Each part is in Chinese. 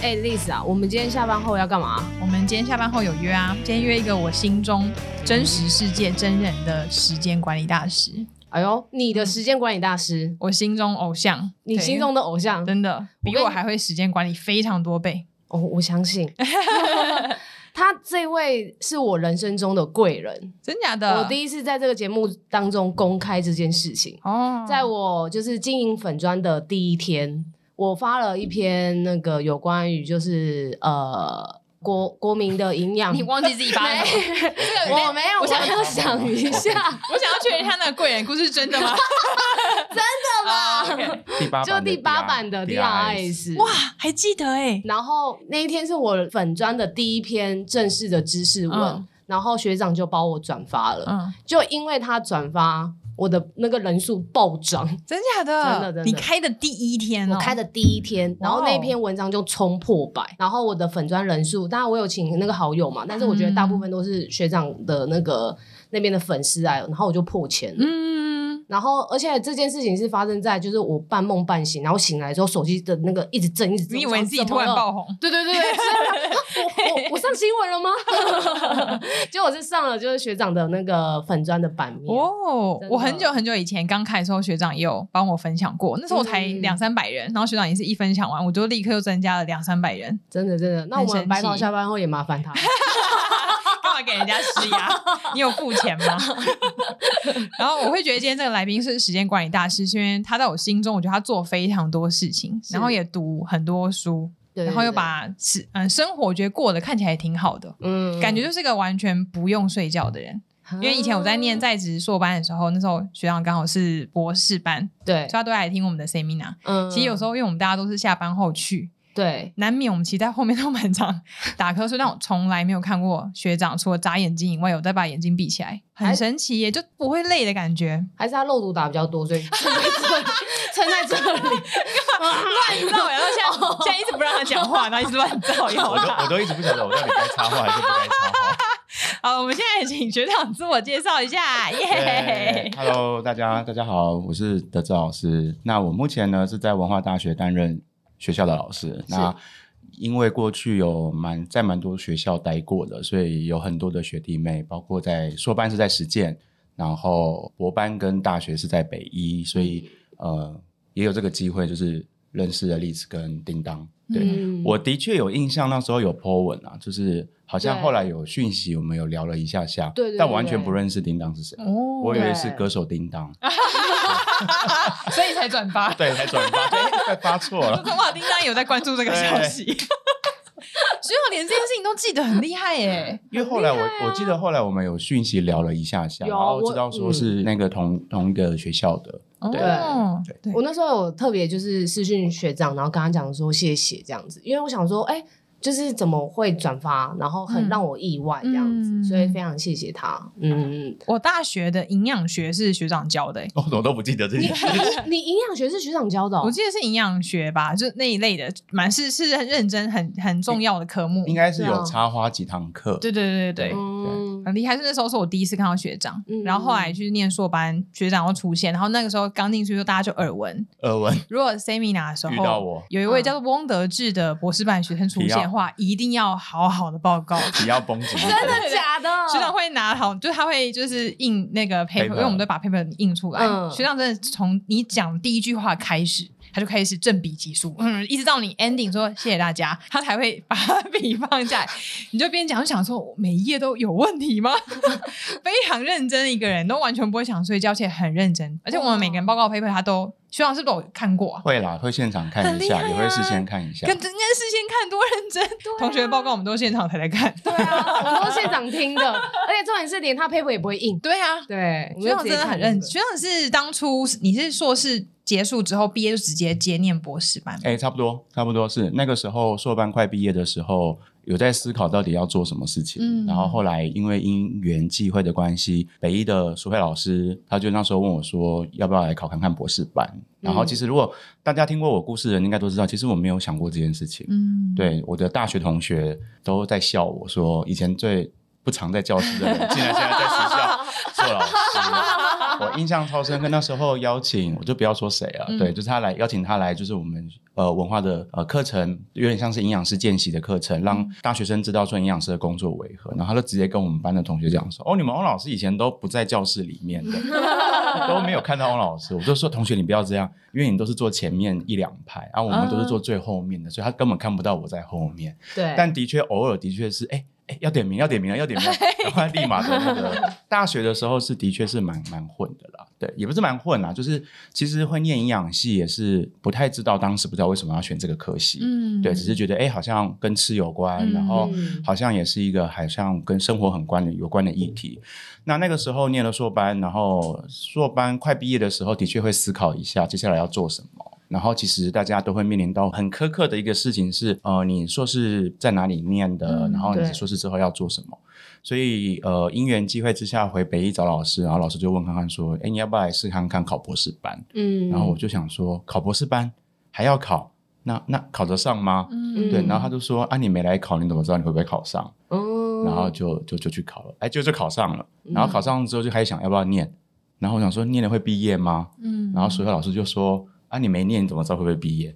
哎、l i z 啊，我们今天下班后要干嘛？我们今天下班后有约啊，今天约一个我心中真实世界真人的时间管理大师，哎呦，你的时间管理大师，我心中偶像，你嗯对心中的偶像真的跟比我还会时间管理非常多倍。哦，我相信。他这位是我人生中的贵人，真假的？我第一次在这个节目当中公开这件事情。哦，在我就是经营粉砖的第一天，我发了一篇那个有关于就是呃国国民的营养，你忘记自己发了什 么？这个我没有，我我想想要想一下，我想要确认一下那个贵人故事是真的吗？ 啊真的吗？第八 版就的第八版的 DRS DRS 哇，还记得哎，然后那一天是我粉砖的第一篇正式的知识文，嗯然后学长就帮我转发了，嗯，就因为他转发，我的那个人数暴涨。真假的？真的真的你开的第一天我哦，开的第一天，然后哇哦那篇文章就冲破百，然后我的粉砖人数，当然我有请那个好友嘛，但是我觉得大嗯部分都是学长的那个那边的粉丝来，然后我就破千了。嗯，然后，而且这件事情是发生在就是我半梦半醒，然后醒来之后手机的那个一直震，一直震。你以为你自己突然我想怎么了爆红？对对 对，对所以我想啊我我我上新闻了吗？ 结果我是上了就是学长的那个粉砖的版面，哦真，的我很久很久以前刚开的时候，学长也有帮我分享过，那时候我才嗯两三百人，然后学长也是一分享完，我就立刻又增加了两三百 人，真的真的。那我很神们奇白袍下班后也麻烦 他，干嘛给人家 施压？你有付钱吗？ 然后我会觉得今天这个来宾是时间管理大师，是因为他在我心中，我觉得他做非常多事情，然后也读很多书，对，然后又对把是嗯生活我觉得过得看起来也挺好的。嗯啊感觉就是个完全不用睡觉的人，因为以前我在嗯念在职硕班的时候，那时候学长刚好是博士班，对所以，他都来听我们的 seminar。嗯其实有时候候，因为我们大家都是下班后去，对难免我们其实在后面都蛮常打瞌睡，但我从来没有看过学长除了眨眼睛以外，有再把眼睛闭起来，很神奇耶，就不会累的感觉。还是他肉毒打比较多， 所以撑在这里，撑在这里。乱造，然后现在现在一直不让他讲话，然后一直乱造谣我都我他。都一直不晓得我到底该插话还是不该插话。 好，我们现在请学长自我介绍一下，耶对！Hello，大家大家好，我是德志老师。那我目前呢是在文化大学担任学校的老师。那因为过去有蛮在蛮多学校待过的，所以有很多的学弟妹，包括在硕班是在实践，然后博班跟大学是在北一，所以嗯呃也有这个机会，就是认识了栗子跟叮当。对，嗯我的确有印象，那时候有 po 文啊，就是好像对后来有讯息，我们有聊了一下下，对对对但我完全不认识叮当是谁，啊哦我以为对是歌手叮当，所以才转 发。对，才转发，对，发错 我了，说哇，叮当有在关注这个消息， 所以我连这件事情都记得很厉害耶。因为后来我、我记得后来我们有讯息聊了一下下，有然后知道我嗯说是那个同、同一个学校的，对哦对我那时候有特别就是私讯学长，然后跟他讲说谢谢这样子，因为我想说，哎、就是怎么会转发，然后很嗯让我意外这样子，嗯所以非常谢谢他。嗯，我大学的营养学是学长教的耶，欸哦我怎么都不记得这件事。 你你营养学是学长教的、哦我记得是营养学吧，就那一类的，蛮是是很认真、很很重要的科目。 应该是对啊有插花几堂课，对对对对对，嗯，很厉害。是那时候是我第一次看到学长嗯，然后后来去念硕班，学长又出现，然后那个时候刚进去就大家就耳闻，耳闻如果 seminar 的时候遇到我有一嗯位叫做翁德志的博士班学生出现的话，一定要好好的报 告。你要绷紧一点， 真的假的？ 学长会拿好，就他会就是印那个 paper， paper 因为我们都把 paper 印出来。嗯学长真的从你讲第一句话开始，他就开始正比级数，嗯， 一直到你 ending 说谢谢大家，他才会把笔放下来。你就边讲就想说，每一页都有问题吗？ 非常认真一个人，都完全不会想睡觉，而且很认真。而且我们每个人报告 paper 他都，学长是不是有看过啊？会啦，会现场看很一厉害下，啊也会事先看一下跟，真跟事先看多认真， 同学报告我们都现场才来看。对啊， 我们都现场听的，而且重点是连他 paper 也不会印。对啊，对，我们学就长直真接的很看认那个真。学长是当初你是硕士结束之后毕业就直接接念博士班，哎、差不多，差不多是那个时候硕班快毕业的时候，有在思考到底要做什么事情。嗯然后后来因为因缘际会的关系，北医的淑慧老师，他就那时候问我说，要不要来考看看博士班？然后其实如果大家听过我故事的人，应该都知道，其实我没有想过这件事情。嗯，对，我的大学同学都在笑我说，以前最不常在教室的人，竟然现在在学校做老师。我印象超深刻，那时候邀请，我就不要说谁了，对，就是他来邀请他来，就是我们呃文化的呃课程，有点像是营养师见习的课程，让大学生知道说营养师的工作为何。然后他就直接跟我们班的同学讲说：“哦，你们翁老师以前都不在教室里面的， 都没有看到翁老师。”我就说：“同学，你不要这样，因为你们都是坐前面一两排，然、啊、后我们都是坐最后面的，所以他根本看不到我在后面。对，但的确，偶尔的确是，哎、哎、要点名，要点名了，要点名了，然后立马的那个大学的时候是的确是蛮蛮混的啦，对，也不是蛮混啦，就是其实会念营养系也是不太知道当时不知道为什么要选这个科系，嗯对，只是觉得哎、好像跟吃有关，嗯然后嗯好像也是一个好像跟生活很关的有关的议题。那那个时候念了硕班，然后硕班快毕业的时候，的确会思考一下接下来要做什么。然后其实大家都会面临到很苛刻的一个事情是，呃，你硕士在哪里念的，嗯然后你对硕士之后要做什么。所以呃，因缘机会之下回北医找老师，然后老师就问康康说：“哎，你要不要来试看看考博士班？”嗯，然后我就想说，考博士班还要考，那那考得上吗？嗯对，然后他就说：“啊，你没来考，你怎么知道你会不会考上？”嗯，然后就就就去考了，哎，就就考上了。然嗯后考上之后就开始想要不要念，然后我想说念了会毕业吗？嗯然后所有老师就说：“啊，你没念，你怎么知道会不会毕业？”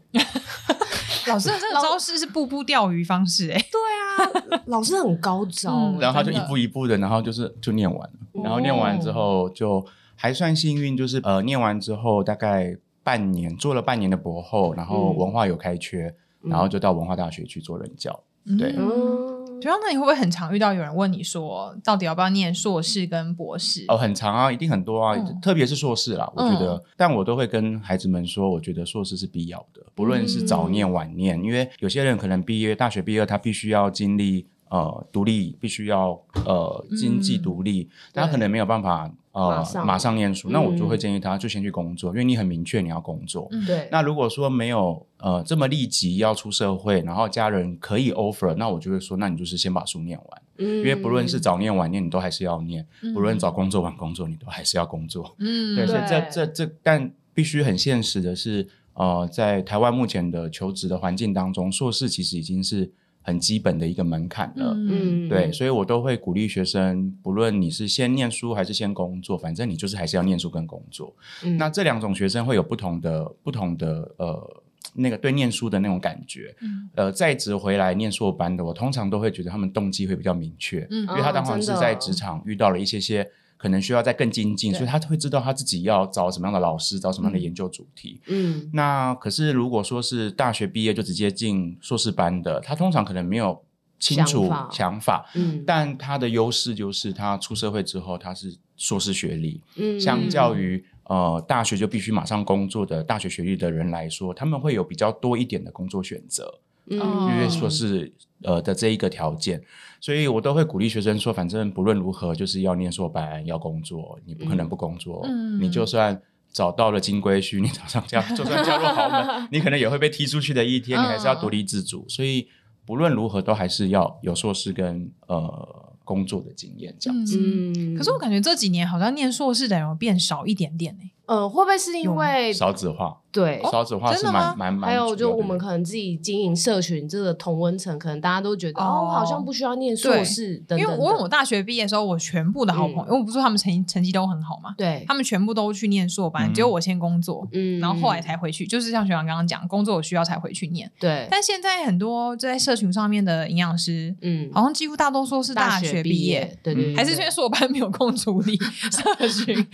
老师的这个招式是步步钓鱼方式，哎，对啊，老师很高招欸嗯，然后他就真一的哦步一步的，然后就是就念完了，然后念完之后就还算幸运，就是呃念完之后大概半年做了半年的博后，然后嗯文化有开缺，然后就到文化大学去做任教。对嗯嗯，学长，那你会不会很常遇到有人问你说，到底要不要念硕士跟博士？哦，很长啊，一定很多啊，嗯特别是硕士啦，我嗯觉得，但我都会跟孩子们说，我觉得硕士是必要的，不论是早嗯念晚念，因为有些人可能毕业大学毕业，他必须要经历呃独立，必须要呃经济独立，但他可能没有办法嗯马呃上马上念书，那我就会嗯建议他就先去工作，因为你很明确你要工作。嗯对，那如果说没有呃这么立即要出社会，然后家人可以 offer，那我就会说，那你就是先把书念完。因因为不论嗯是早念晚念，你都还是要念；嗯不论早工作晚工作，你都还是要工作。嗯对，所以这对这这，但必须很现实的是，呃，在台湾目前的求职的环境当中，硕士其实已经是很基本的一个门槛了。嗯嗯，对，所以我都会鼓励学生，不论你是先念书还是先工作，反正你就是还是要念书跟工作。嗯那这两种学生会有不同的不同的呃那个对念书的那种感觉。嗯呃，在职回来念硕班的，我通常都会觉得他们动机会比较明确，嗯因为他当然是哦真的在职场遇到了一些些。可能需要再更精进，对所以他会知道他自己要找什么样的老师，找什么样的研究主题。嗯那可是如果说是大学毕业就直接进硕士班的，他通常可能没有清楚想法想法，嗯，但他的优势就是他出社会之后他是硕士学历，嗯相较于呃大学就必须马上工作的大学学历的人来说，他们会有比较多一点的工作选择，嗯因为硕士呃的这一个条件，所以我都会鼓励学生说，反正不论如何就是要念硕班，要工作，你不可能不工作，嗯你就算。找到了金龟婿，你早上加，就算加入 豪门，你可能也会被踢出去的一天，你还是要独立自嗯主。所以不论如何，都还是要有硕士跟呃工作的经验这样。嗯嗯，可是我感觉这几年好像念硕士的人有变少一点哎点呢。呃，会不会是因为少哦子化，对少子化真是的吗蛮蛮蛮还主有流的原因。就我们可能自己经营社群这个同温层，可能大家都觉得哦哦，好像不需要念硕士等等因为的。我问我大学毕业的时候，我全部的好朋友，嗯因为我不是说他们成成绩都很好嘛，对他，们全部都去念硕班，嗯只有我先工作，嗯然后后来才回去，就是像学长刚刚讲，工作有需要才回去念。对，但现在很多在社群上面的营养师，嗯，好像几乎大多数哦是大学学毕业，嗯业，对对，对还是因为硕班没有空处理社群？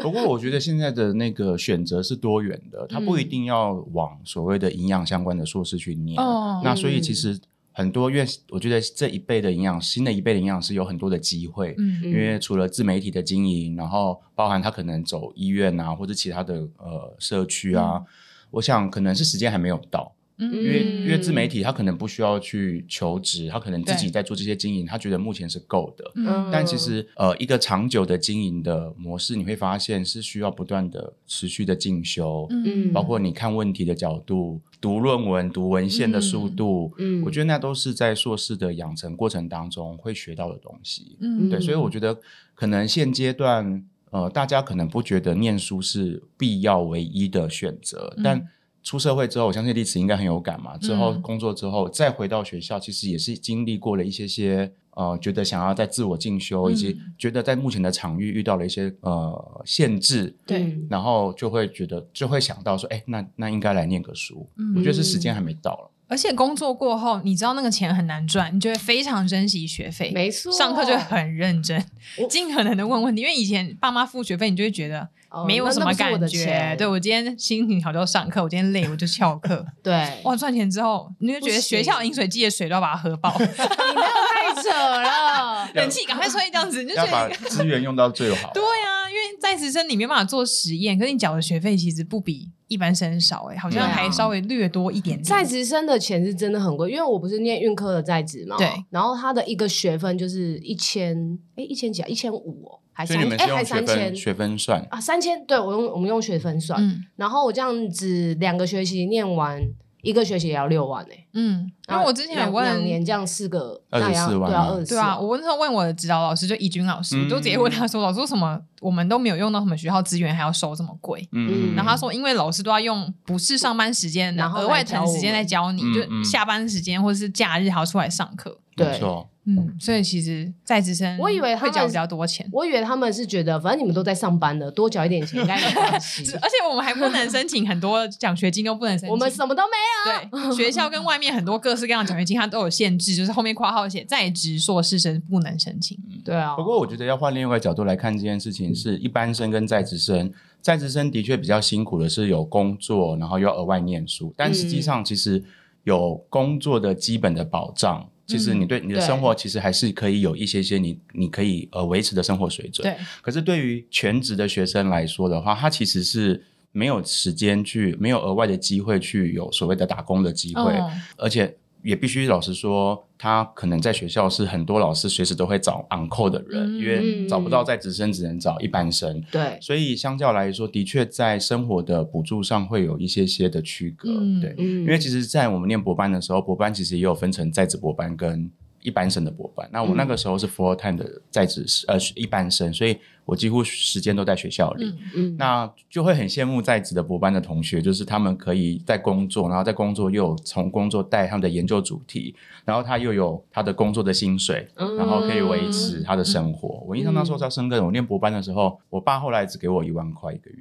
不过我觉得现在的那个选择是多元的，它嗯不一定要往所谓的营养相关的硕士去念。哦那所以其实很多，因为我觉得这一辈的营养，新的一辈的营养师有很多的机会。嗯嗯因为除了自媒体的经营，然后包含他可能走医院啊，或者其他的呃社区啊，嗯我想可能是时间还没有到，因为因为自媒体他可能不需要去求职，他可能自己对在做这些经营，他觉得目前是够的。嗯但其实呃，一个长久的经营的模式，你会发现是需要不断的持续的进修，嗯包括你看问题的角度、读论文、读文献的速度，嗯我觉得那都是在硕士的养成过程当中会学到的东西。嗯对，所以嗯我觉得可能现阶嗯段呃，大家可能不觉得念书是必要唯一的选择，但出社会之后，我相信历史应该很有感嘛。之后工作之后，再回到学校，其实也是经历过了一些些呃，觉得想要在自我进修，以及嗯觉得在目前的场域遇到了一些呃限制，对对，然后就会觉得就会想到说，哎，那那应该来念个书。嗯我觉得是时间还没到嗯了。而且工作过后，你知道那个钱很难赚，你就会非常珍惜学费，没错上课就很认真啊我，尽可能的问问题，因为以前爸妈付学费，你就会觉得哦没有那什那么不是我感的觉。钱对我今天心情好就上课，我今天累我就翘 课。对，哇，赚钱之后你就觉得学校饮水机的水都要把它喝爆，你没有太 扯了要冷气赶快吹，这样子你就觉要得 把资源用到最好。对啊，因为在职生你没办法做实验，可是你缴的学费其实不比一般生少哎、好像对啊还稍微略多一点点。 在职生的钱是真的很贵，因为我不是念运科的在职嘛，对，然后他的一个学分就是一千，哎，一千几啊，一千五哦，还所以三你们哎是还用学三分千学分算，啊，三千，对我用我们用学分算，嗯然后我这样子两个学期念完，一个学期也要六万哎、嗯，因然为后我之前有两问两年这样四个24那也要万对啊，嘛二十对啊，我那时候问我的指导老师，就怡君老师，嗯我就直接问他说：“老师，为什么我们都没有用到什么学校资源，还要收这么贵？”嗯然后他说：“因为老师都要用不是上班时间，然后额外腾时间在教你，来教我们就下班时间或者是假日还要出来上课。对没错，嗯，所以其实在职生，我以为他会们交比较多钱，我以为他们是觉得，反正你们都在上班了，多缴一点钱应该没关系。 是而且我们还不能申请很多奖学金，都不能申请。我们什么都没有， 对学校跟外面很多各式各样的奖学金，它都有限制，就是后面括号写在职硕士生不能申请。对啊嗯不，过我觉得要换另外一个角度来看这件事情，是一般生跟在职生，在职生的确比较辛苦的是有工作，然后又要额外念书，但实际嗯上其实有工作的基本的保障。其实你对你的嗯对生活，其实还是可以有一些些你你可以呃维持的生活水准。对，可是对于全职的学生来说的话，他其实是没有时间去，没有额外的机会去有所谓的打工的机会，嗯而且也必须老实说，他可能在学校是很多老师随时都会找 on call 的人，嗯因为找不到在职生，只能找一般生。对，所以相较来说，的确在生活的补助上会有一些些的区隔，嗯对。嗯，因为其实，在我们念博班的时候，博班其实也有分成在职博班跟一般生的博班。那嗯我那个时候是 full time 的在职呃一般生，所以我几乎时间都在学校里。嗯嗯那就会很羡慕在职的博班的同学，就是他们可以在工作，然后在工作又有从工作带他们的研究主题，然后他又有他的工作的薪水，然后可以维嗯持他的生活。我印象那时候在深圳，我念博班的时候，我爸后来只给我一万块一个月。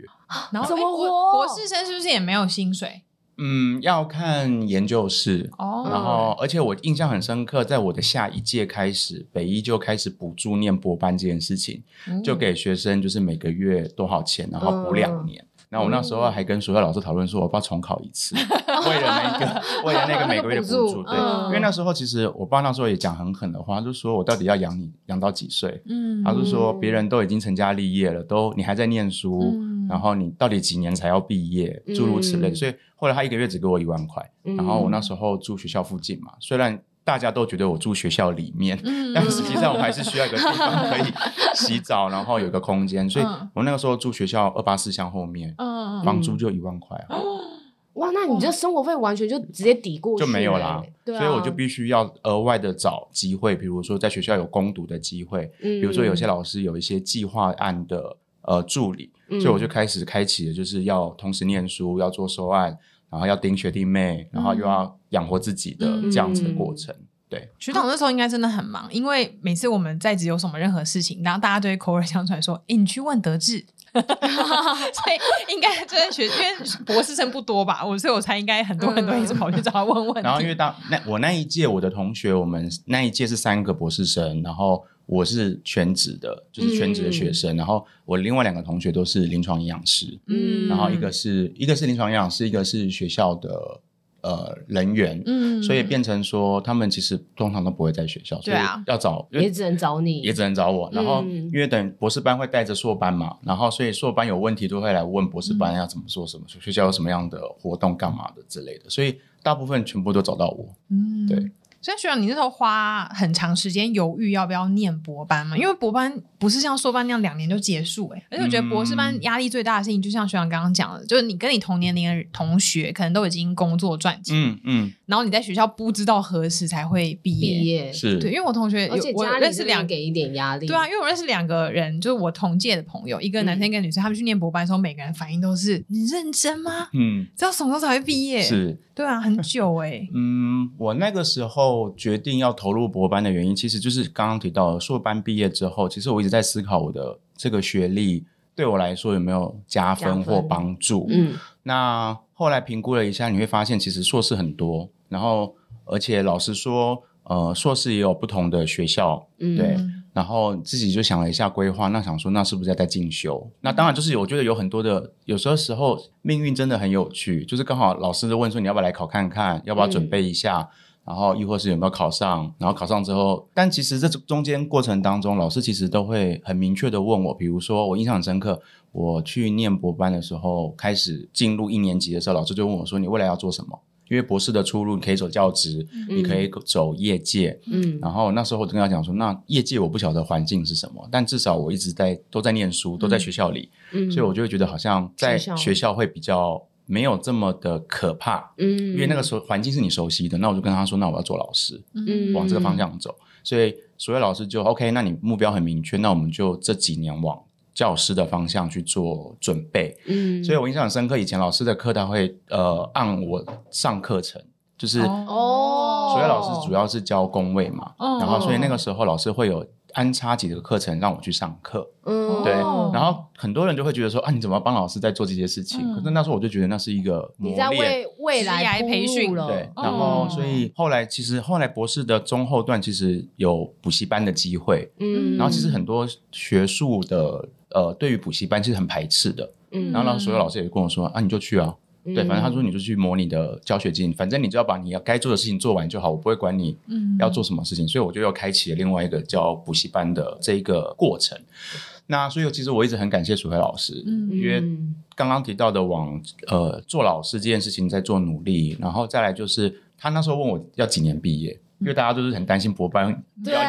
然后怎么诶博活博士生是不是也没有薪水？嗯，要看研究室，哦，然后，而且我印象很深刻，在我的下一届开始，北一就开始补助念博班这件事情，嗯就给学生就是每个月多少钱，然后补两年。那我那时候还跟学校老师讨论说，我要不要重考一次，为了那个，为了那个每个月 的补助，对。嗯因为那时候其实我爸那时候也讲很狠的话，他就说我到底要养你养到几岁？嗯他就说别人都已经成家立业了，都你还在念书，嗯然后你到底几年才要毕业，诸如此类。嗯所以后来他一个月只给我一万块，然后我那时候住学校附近嘛，虽然大家都觉得我住学校里面，嗯但实际上我还是需要一个地方 可以洗澡，然后有个空间。所以嗯我那个时候住学校二八四巷后面，嗯嗯房租就一万块啊，哇，那你这生活费完全就直接抵过去就了没有啦。对啊，所以我就必须要额外的找机会，比如说在学校有攻读的机会，比比如说有嗯些老师有一些计划案的呃助理，嗯所以我就开始开启了，就是要同时念书，要做收案，然后要盯学弟妹，然后又要养活自己的嗯这样子的过程。对，学长那时候应该真的很忙，因为每次我们在职有什么任何事情，然后大家都会口耳相传说：“哎，你去问德智。” 所以应该真的学，因为博士生不多吧，我所以我才应该很多人都一直跑去找他问问题。然后因为当那我那一届我的同学，我们那一届是三个博士生，然后我是全职的，就是全职的学生，然后我另外两个同学都是临床营养师，嗯然后一个是一个是临床营养师，一个是学校的呃人员，嗯所以变成说他们其实通常都不会在学校，所对以啊要找也只能找你，也只能找我。然后嗯因为等博士班会带着硕班嘛，然后所以硕班有问题都会来问博士嗯班要怎么做什么，学校有什么样的活动干嘛的之类的，所以大部分全部都找到我。嗯对。所以学长，你那时候花很长时间犹豫要不要念博班嘛？因为博班不是像硕班那样两年就结束、欸，哎，而且我觉得博士嗯班压力最大的事情，就像学长刚刚讲的，就是你跟你同年龄的同学可能都已经工作赚钱，嗯嗯，然后你在学校不知道何时才会毕业。毕业，是，对，因为我同学有而且我家里认识是两两个。给一点压力，对啊，，因为我认识两个人，就是我同届的朋友，一个嗯男生一个女生，他们去念博班的时候，每个人反应都是：你认真吗？嗯知道什么时候才会毕业？，是。。对啊，很久哎、欸嗯，我那个时候决定要投入博班的原因，其实就是刚刚提到的硕班毕业之后，其实我一直在思考我的这个学历对我来说有没有加加分分或帮助。嗯，那后来评估了一下，你会发现其实硕士很多，然后而且老实说，呃，硕士也有不同的学校，嗯对嗯然后自己就想了一下规划，那想说那是不是要再进修？那当然就是我觉得有很多的，有时候时候命运真的很有趣，就是刚好老师就问说你要不要来考看看，要不要准备一下，嗯然后亦或是有没有考上，然后考上之后，但其实这中间过程当中，老师其实都会很明确的问我，比如说我印象很深刻，我去念博班的时候，开始进入一年级的时候，老师就问我说你未来要做什么？因为博士的出路，你可以走教职，你可以走业界，嗯然后那时候我就跟他讲说，那业界我不晓得环境是什么，但至少我一直在都在念书，都在学校里，嗯，所以我就会觉得好像在学校学校会比较没有这么的可怕，嗯，因为那个时候环境是你熟悉的。那我就跟他说，那我要做老师，嗯往这个方向走。所以所有老师就 OK，那你目标很明确，那我们就这几年往教师的方向去做准备。嗯，所以我印象很深刻，以前老师的课他会呃按我上课程，就是哦所以老师主要是教工位嘛，哦然后所以那个时候老师会有安插几个课程让我去上课，嗯，对哦，然后很多人就会觉得说啊，你怎么帮老师在做这些事情？嗯可是那时候我就觉得那是一个磨你在练。为未来职涯培铺路训了，对，哦然后所以后来其实后来博士的中后段其实有补习班的机会，嗯，然后其实很多学术的呃对于补习班其实很排斥的，嗯，然后老所有老师也跟我说啊你就去啊，嗯对，反正他说你就去模拟的教学经，反正你只要把你要该做的事情做完就好，我不会管你嗯要做什么事情，所以我就又开启了另外一个叫补习班的这一个过程。那所以其实我一直很感谢楚辉老师，嗯约嗯刚刚提到的往呃做老师这件事情在做努力，然后再来就是他那时候问我要几年毕业，因为大家都是很担心博班对要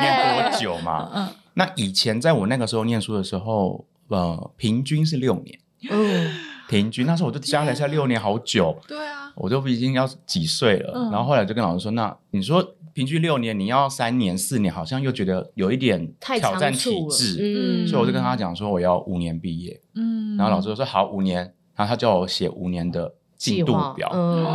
念多久嘛。嗯那以前在我那个时候念书的时候，呃，平均是六年，嗯平均那时候我就加了一下六年，好久。对啊，我都已经要几岁了，嗯然后后来就跟老师说，那你说平均六年，你要三年四年，好像又觉得有一点太挑仓战促体了制，嗯，所以我就跟他讲说我要五年毕业，嗯然后老师就说好五年，然后他叫我写五年的进计度划表，嗯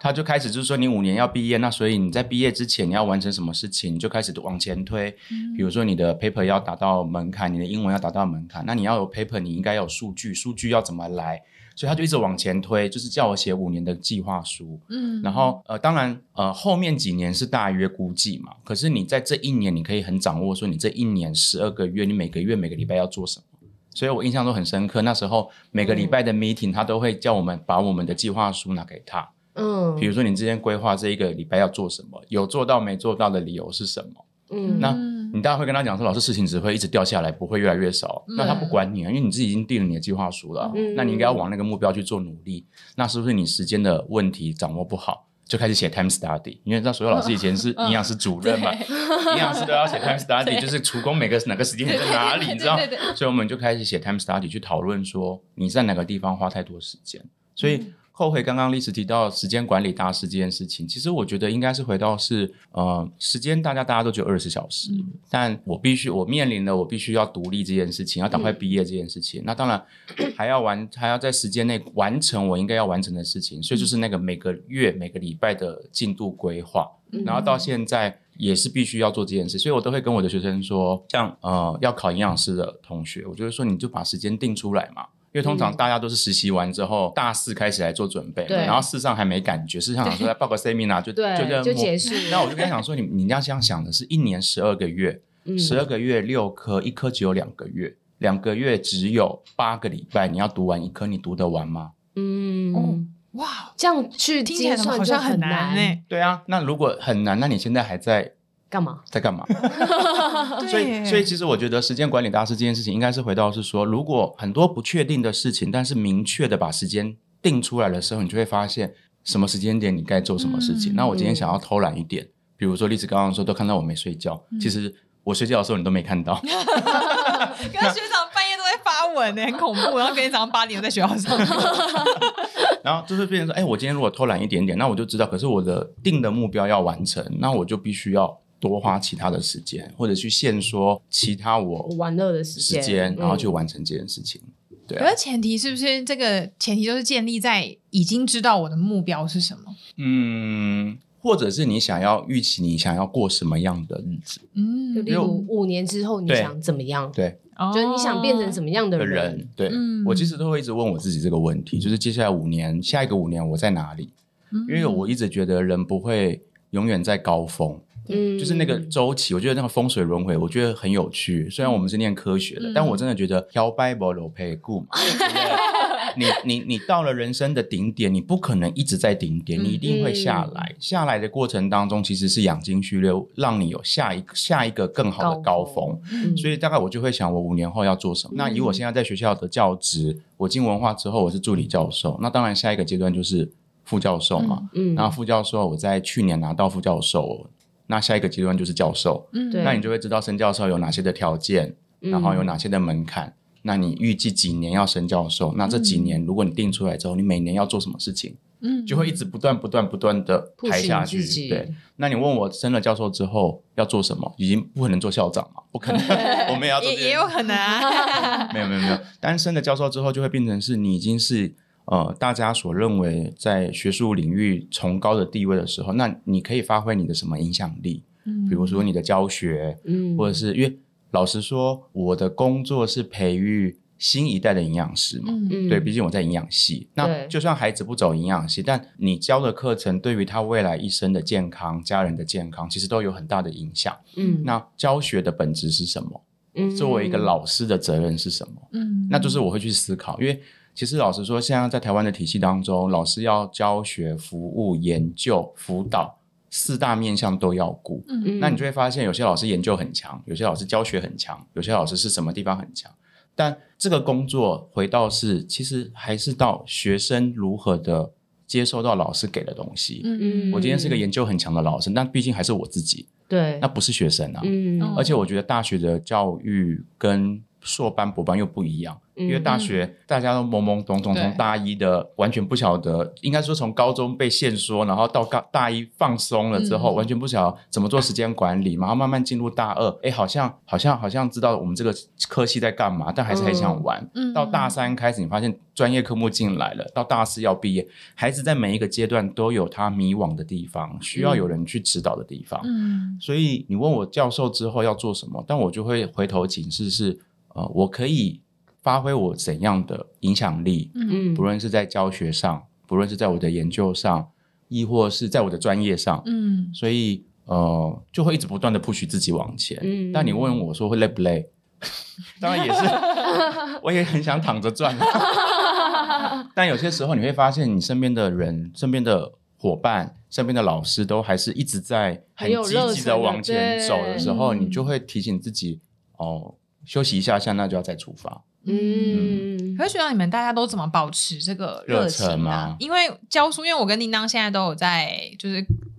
他就开始就是说你五年要毕业，那所以你在毕业之前你要完成什么事情，你就开始往前推，比如说你的 paper 要达到门槛，你的英文要达到门槛，那你要有 paper，你应该有数据，数据要怎么来？所以他就一直往前推，就是叫我写五年的计划书。嗯然后呃，当然呃，后面几年是大约估计嘛。可是你在这一年，你可以很掌握说你这一年十二个月，你每个月每个礼拜要做什么。所以我印象都很深刻，那时候每个礼拜的 meeting，他都会叫我们把我们的计划书拿给他。嗯，比如说你之前规划这一个礼拜要做什么，有做到没做到的理由是什么？嗯那嗯你大概会跟他讲说，老师事情只会一直掉下来，不会越来越少。嗯那他不管你啊，因为你自己已经定了你的计划书了，嗯那你应该要往那个目标去做努力。那是不是你时间的问题掌握不好，就开始写 time study？因为那所有老师以前是嗯营养师主 任嘛，营养师都要写 time study，就是厨工每个哪个时间点在哪里，你知道对对？所以我们就开始写 time study 去讨论说你在哪个地方花太多时间。所以嗯后悔刚刚历史提到时间管理大师这件事情，其实我觉得应该是回到是呃时间，大家大家都只有二十小时，嗯但我必须我面临了我必须要独立这件事情，要赶快毕业这件事情。嗯那当然还要完还要在时间内完成我应该要完成的事情，所以就是那个每个月每个礼拜的进度规划。嗯然后到现在也是必须要做这件事，所以我都会跟我的学生说，像呃要考营养师的同学，我就会说你就把时间定出来嘛。因为通常嗯大家都是实习完之后，大四开始来做准备嘛，对然后四上还没感觉，四上想说来报个 seminar 就对就这样就摸结束那我就跟他讲说，你你要这样想的是一年十二个月，嗯十二个月六科，一科只有两个月，两个月只有八个礼拜，你要读完一科，你读得完吗？哦嗯，哇，这样去听起来精怎么算好就像很难难欸呢？对啊，那如果很难，那你现在还在干嘛？在干嘛？ 所对耶，以，所以其实我觉得时间管理大师这件事情，应该是回到是说，如果很多不确定的事情，但是明确的把时间定出来的时候，你就会发现什么时间点你该做什么事情。嗯那我今天想要偷懒一点，比比如说丽子刚刚说都看到我没睡觉，其实我睡觉的时候你都没看到。跟学长半夜都在发文呢、欸很恐怖。然后隔天早上八点又在学校上课，然后就是变成说，哎、我今天如果偷懒一点点，那我就知道，可是我的定的目标要完成，那我就必须要多花其他的时间，或者去限缩其他我玩乐的时时间，间，然后去嗯完成这件事情。对可啊是，前提是不是这个前提都是建立在已经知道我的目标是什么？嗯，或者是你想要预期你想要过什么样的日子，就嗯哦例如五年之后你对想怎么样，对就是你想变成什么样的哦的人，人，对、嗯我其实都会一直问我自己这个问题，就是接下来五年，下一个五年我在哪里？么因为我一直觉得人不会永远在高峰，嗯，就是那个周期，我觉得那个风水轮回，我觉得很有趣。虽然我们是念科学的，嗯但我真的觉得挑 Bible 罗佩顾嘛，对不对你你你到了人生的顶点，你不可能一直在顶点，嗯你一定会下来。下来的过程当中，其实是养精蓄锐，让你有下一个下一个更好的高高峰。峰嗯所以大概我就会想，我五年后要做什么？那以我现在在学校的教职，我进文化之后我是助理教授，那当然下一个阶段就是副教授嘛。嗯，那副教授，我在去年拿到副教授，那下一个阶段就是教授，嗯对那你就会知道升教授有哪些的条件，嗯然后有哪些的门槛。那你预计几年要升教授？那这几嗯年如果你定出来之后，你每年要做什么事情，嗯就会一直不断、不断、不断的排下去 push 你自。己对，那你问我升了教授之后要做什么？已经不可能做校长嘛，不可 能，我们也要做也这件事情。也有可能啊，没有没有没有，单身的教授之后就会变成是你已经是呃大家所认为在学术领域崇高的地位的时候，那你可以发挥你的什么影响力？比 比如说你的教学，嗯，或者是因为老实说，我的工作是培育新一代的营养师嘛。嗯嗯对，毕竟我在营养系，那对就算孩子不走营养系，但你教的课程对于他未来一生的健康、家人的健康，其实都有很大的影响。嗯那教学的本质是什么？嗯作为一个老师的责任是什么？嗯那就是我会去思考，因为其实老实说，现在在台湾的体系当中，老师要教学、服务、研究、辅导四大面向都要顾。嗯那你就会发现，有些老师研究很强，有些老师教学很强，有些老师是什么地方很强。但这个工作回到是，其实还是到学生如何的接受到老师给的东西。嗯我今天是个研究很强的老师，但毕竟还是我自己，对那，不是学生啊。嗯嗯而且我觉得大学的教育跟硕班、博班又不一样，嗯因为大学大家都懵懵懂懂，对从大一的完全不晓得，应该说从高中被限缩，然后到大大一放松了之后，嗯完全不晓得怎么做时间管理，然后慢慢进入大二，哎，好像好像好像知道我们这个科系在干嘛，但还是很想玩。嗯到大三开始，你发现专业科目进来了，到大四要毕业，孩子在每一个阶段都有他迷惘的地方，需要有人去指导的地方。嗯所以你问我教授之后要做什么，但我就会回头警示是，呃，我可以发挥我怎样的影响力，嗯嗯不论是在教学上，不论是在我的研究上，亦或是在我的专业上，嗯所以呃，就会一直不断的 push 自己往前。嗯但你问我说会累不累？ 当然也是，我也很想躺着赚。但有些时候你会发现，你身边的人、身边的伙伴、身边的老师，都还是一直在很很有积热极忱的的往前对走的时候，嗯你就会提醒自己哦，休息一下下，那就要再出发。嗯，可是学长，你们大家都怎么保持这个热情热忱呢、吗因为教书，因为我跟叮当现在都有在，就是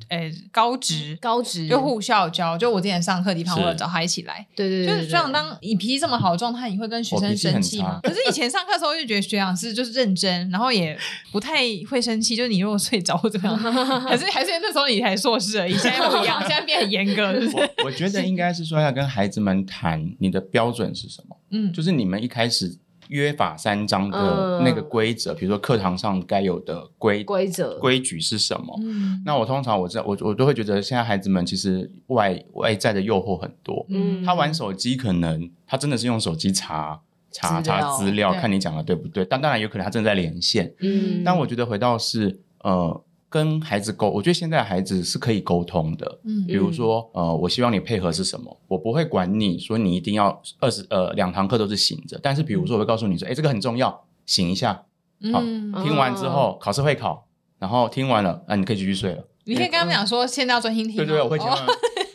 呃高职高职就互校教，就我之前上课的地方，嗯是我有找他一起来。对对对，就是对学长，当你脾气这么好的状态，你会跟学我生脾气很生气吗？可是以前上课的时候，就觉得学长是就是认真，然后也不太会生气。就是你如果睡着或怎 么样，还是还是那时候你才硕士而已，现在不一样，现在变很严格，是不是？我我觉得应该是说要跟孩子们谈你的标准是什么。嗯，就是你们一开始约法三章的那个规则，比如说课堂上该有的规嗯规则规矩是什么？嗯那我通常我这我我都会觉得，现在孩子们其实外外在的诱惑很多，嗯他玩手机可能他真的是用手机查查资料查资料，对看你讲的对不对，但当然有可能他正在连线。嗯，但我觉得回到是呃。跟孩子沟，我觉得现在的孩子是可以沟通的，嗯比如说，呃，我希望你配合是什么，我不会管你说你一定要二十呃两堂课都是醒着，但是比如说我会告诉你说，哎，这个很重要，醒一下，好嗯，听完之后、考试会考，然后听完了，啊，你可以继续睡了。你可以跟他们讲说，现在要专心听哦。对对对，我会听完。啊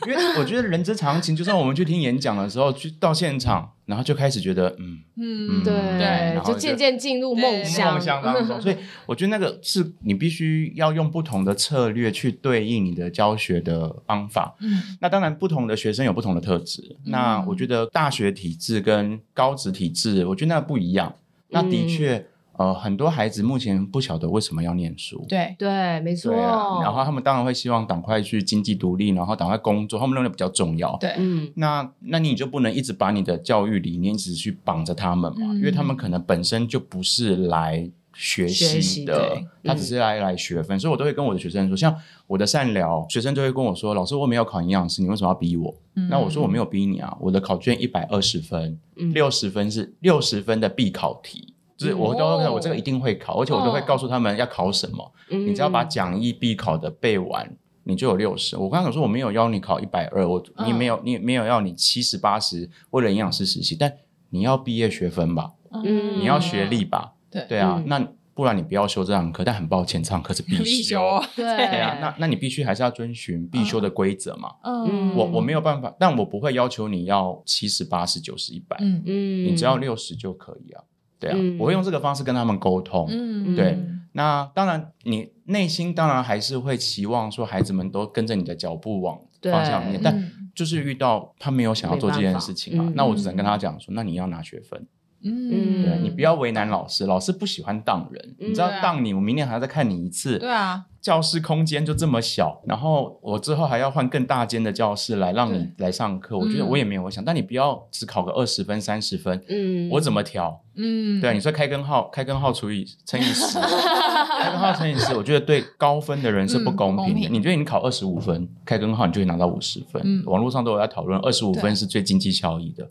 因为我觉得人之常情，就算我们去听演讲的时候，去到现场，然后就开始觉得，嗯，嗯，嗯对对，就渐渐进入梦乡。梦想当中，所以我觉得那个是你必须要用不同的策略去对应你的教学的方法。嗯那当然，不同的学生有不同的特质。那我觉得大学体制跟高职体制，我觉得那不一样。那的确，呃，很多孩子目前不晓得为什么要念书。对，对，没错。对啊，然后他们当然会希望赶快去经济独立，然后赶快工作，他们认为比较重要。对嗯，那那你就不能一直把你的教育理念一直去绑着他们嘛，嗯因为他们可能本身就不是来学学习习的的，他只是来、来学分，所以我都会跟我的学生说，像我的善聊学生就会跟我说，老师我没有考营养师，你为什么要逼我？嗯那我说我没有逼你啊，我的考卷一百二十分，嗯六十分是六十分的必考题。就是我都会哦我这个一定会考，而且我都会哦告诉他们要考什么。你你只要把讲义必考的背完，你就有六十。我刚刚有说我没有要你考一百二，我嗯你没有你没有要你七十八十，为了营养师实习，但你要毕业学分吧，嗯你要学 历吧，对对啊嗯，那不然你不要修这堂课。但很抱歉，这堂课是必 必修修，，对对啊，那那你必须还是要遵循必修的规则嘛。哦嗯我我没有办法，但我不会要求你要七十八十九十一百，嗯嗯，你只要六十就可以啊。对啊，嗯我会用这个方式跟他们沟通。嗯对那当然，你内心当然还是会期望说孩子们都跟着你的脚步往对方向面，但嗯就是遇到他没有想要做这件事情没嘛办，法那我只能跟他讲说，那你要拿学分，嗯对啊嗯，你不要为难老师，老师不喜欢当人，嗯你知道对啊当你，我明年还要再看你一次，对啊，教室空间就这么小，然后我之后还要换更大间的教室来让你来上课，我觉得嗯我也没有想，但你不要只考个二十分三十分，嗯，我怎么调？嗯，对啊，你说开根号，开根号除以乘以十，开根号乘以十，我觉得对高分的人是不公嗯不平公的。平你觉得你考二十五分，开根号你就会拿到五十分。嗯网络上都有在讨论，二十五对分是最经济效益的。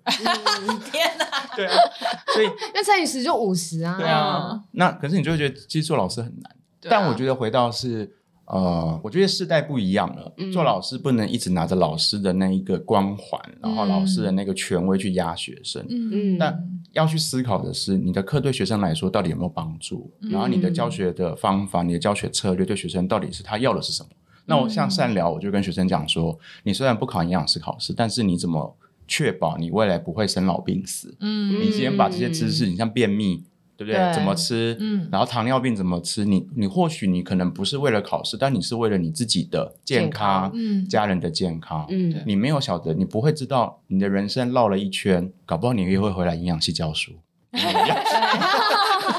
天哪， 对啊，所以那乘以十就五十啊，对啊，那可是你就会觉得其实做老师很难。对啊但我觉得回到是。呃，我觉得世代不一样了，嗯做老师不能一直拿着老师的那一个光环，然后老师的那个权威去压学生。嗯嗯那要去思考的是，你的课对学生来说到底有没有帮助，然后你的教学的方法、你的教学策略对学生到底是他要的是什么？那我像善聊，我就跟学生讲说，你虽然不考营养师考试，但是你怎么确保你未来不会生老病死？嗯你今天把这些知识，你像便秘，对不对？对怎么吃？嗯然后糖尿病怎么吃？你你或许你可能不是为了考试，但你是为了你自己的健康、嗯家人的健康，嗯，你没有晓得，你不会知道你的人生绕了一圈，搞不好你也会回来营养系 教书。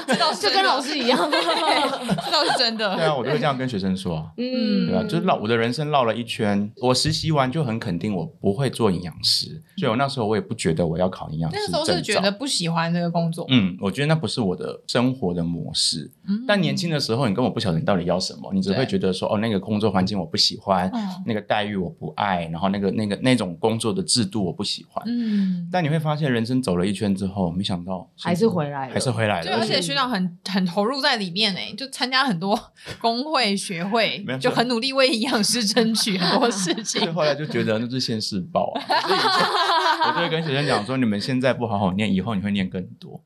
这倒是就跟老师一 样，这倒是真的，对啊，我都会这样跟学生说啊。嗯，对啊，就是绕我的人生绕了一圈。我实习完就很肯定我不会做营养师，所以我那时候我也不觉得我要考营养师那个时证候照。是觉得不喜欢这个工作，嗯，我觉得那不是我的生活的模式。嗯但年轻的时候，你根本不晓得你到底要什么，你只会觉得说，哦，那个工作环境我不喜欢，嗯那个待遇我不爱，然后那个那个那种工作的制度我不喜欢。嗯，但你会发现，人生走了一圈之后，没想到还是回来了还是回来对，了，而且学长很很投入在里面欸诶，就参加很多 工会学会没有，就很努力为营养师争取很多事 所以情。后来就觉得那是现世报啊。所以 以前我就会跟学生讲说，你们现在不好好念，以后你会念更多。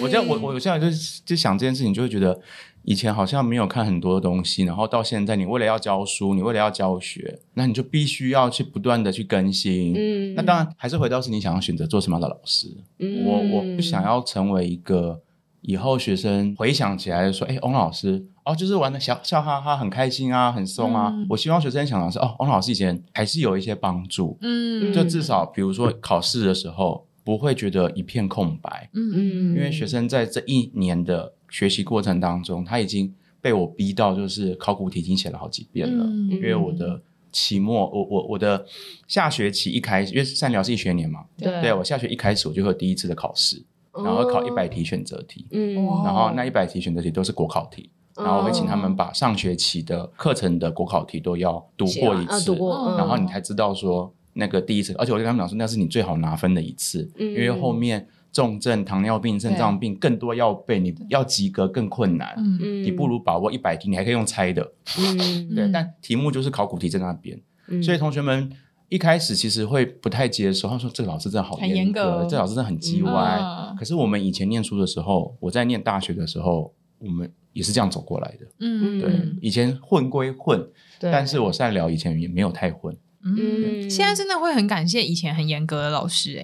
我这样，我我现在就就想这件事情，就会觉得以前好像没有看很多东西，然后到现在，你为了要教书，你为了要教学，那你就必须要去不断的去更新。嗯，那当然还是回到是你想要选择做什么样的老师。嗯，我我不想要成为一个以后学生回想起来说，哎、翁老师哦，就是玩的笑笑哈哈，很开心啊，很松啊。嗯我希望学生想的是，哦，翁老师以前还是有一些帮助，嗯就至少比如说考试的时候不会觉得一片空白，嗯嗯，因为学生在这一年的学习过程当中，他已经被我逼到就是考古题已经写了好几遍了，嗯因为我的。期末，我我我的下学期一开始，因为善聊是一学年嘛，对对我下学一开始我就会有第一次的考试，哦然后考一百，题选择题，嗯，哇然后那一百题选择题都是国考题，哦然后我会请他们把上学期的课程的国考题都要读写过完一啊次读，过，嗯然后你才知道说那个第一次，而且我就跟他们讲说那是你最好拿分的一次，嗯因为后面重症、糖尿病、肾脏病更多要背，你要及格更困难，嗯嗯你不如把握一百题，你还可以用猜的，嗯对嗯，但题目就是考古题在那边。嗯所以同学们一开始其实会不太接受，他说这个老师真的好很严格格，这老师真的很叽歪。嗯可是我们以前念书的时候，我在念大学的时候，我们也是这样走过来的。嗯对，以前混归混，对，但是我善聊以前也没有太混，嗯，现在真的会很感谢以前很严格的老师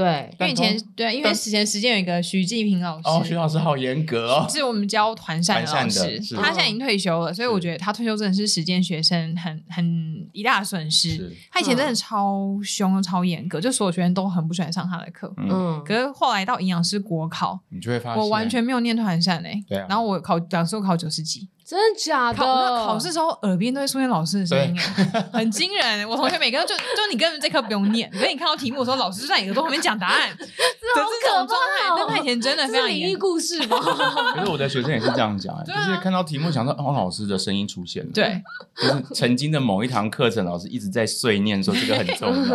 哎、对，因为以前对，因为之前时间有一个徐继平老师，哦，徐老师好严格哦，是我们教团扇的老团扇师的是，哦他现在已经退休了，所以我觉得他退休真的是实践学生很很一大损失是。嗯他以前真的超凶、超严格，就所有学生都很不喜欢上他的课。嗯，嗯，可是后来到营养师国考，你就会发现我完全没有念团扇哎对啊，然后我考两次我考九十几，真的假的？考那考试时候耳边都会出现老师的声音哎， 很惊人。我同学每个都就就你根本这科不用念，可是你看到题目的时候，老师就在你耳朵旁边讲答案， 这好这可种状态，怕但他以哦！前真的这非是常灵严异格。故事吗？ 可是我的学生也是这 样讲、欸，对啊就是看到题目想说，哦，老师的声音出现了，，对，就是曾经的某一堂课程，老师一直在碎念说这个很重要，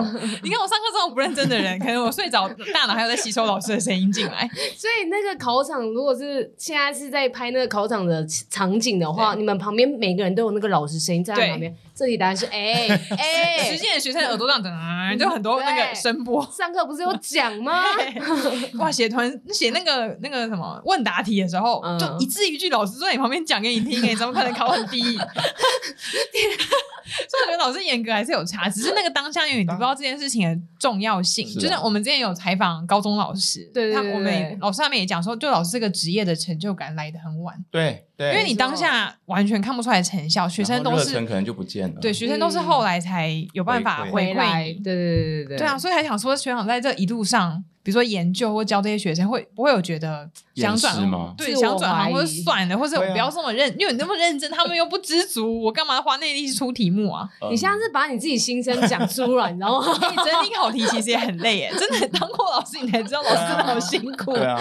你看我上课这种不认真的人，可能我睡着，大脑还有在吸收老师的声音进来。所以那个考场，如果是现在是在拍那个考场的场景的话，你们旁边每个人都有那个老师声音在他旁边。这里答案是哎哎 实，践的学生的耳朵这样嗯噔，就很多那个声波。上课不是有讲吗？哇，写团写那个那个什么问答题的时候，嗯就一字一句，老师都在你旁边讲给你听，哎，怎么可能考很低？ 所以我觉得老师严格还是有差，只是那个当下因为你不知道这件事情的重要性。是啊就是我们之前有采访高中老师，对对他们我们也对老师他们也讲说，就老师这个职业的成就感来的很晚。对对，因为你当下完全看不出来成效，学生然后哦都热忱是可能就不见了，对，学生都是后来才有办法回回馈嗯回馈来，你对。对对对对啊，，所以还想说，学长在这一路上，比如说研究或教这些学生，会不会有觉得厌想转世吗嗯对，自我想转怀行疑或者算了，或者我对啊不要这么认，因为你这么认真，他们又不知足，我干嘛花那力气出题目啊？ 嗯你现在是把你自己心声讲出来，你知道吗？哎整理考题其实也很累耶，真的当过老师，你才知 道老师真的好辛苦。对啊，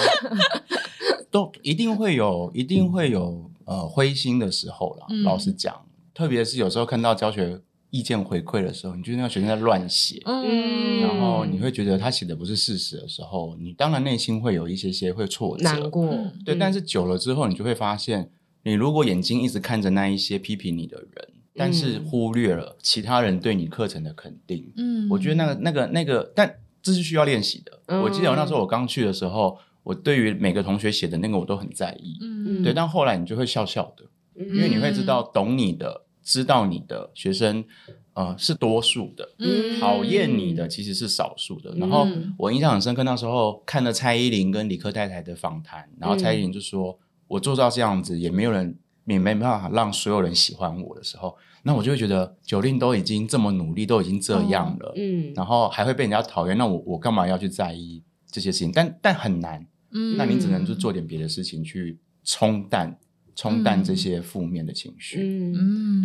都一定会有，一定会有呃灰心的时候啦。嗯老实讲，特别是有时候看到教学意见回馈的时候，你觉得那个学生在乱写，嗯，然后你会觉得他写的不是事实的时候，你当然内心会有一些些会挫 折，难过，嗯对，但是久了之后，你就会发现，你如果眼睛一直看着那一些批评你的人，但是忽略了其他人对你课程的肯定，嗯我觉得那个、那个、那个，但这是需要练习的。嗯我记得我那时候我刚去的时候，我对于每个同学写的那个我都很在意，嗯对。但后来你就会笑笑的，因为你会知道懂你的、知道你的学生，呃，是多数的。嗯讨厌你的其实是少数的。嗯然后我印象很深刻，那时候看了蔡依林跟李克太太的访谈，然后蔡依林就说：“我做到这样子，也没有人，也没办法让所有人喜欢我的时候，那我就会觉得九令都已经这么努力，都已经这样了，嗯，然后还会被人家讨厌，那我我干嘛要去在意这些事情？但但很难，嗯那你只能就做点别的事情去冲淡。”冲淡这些负面的情绪，嗯，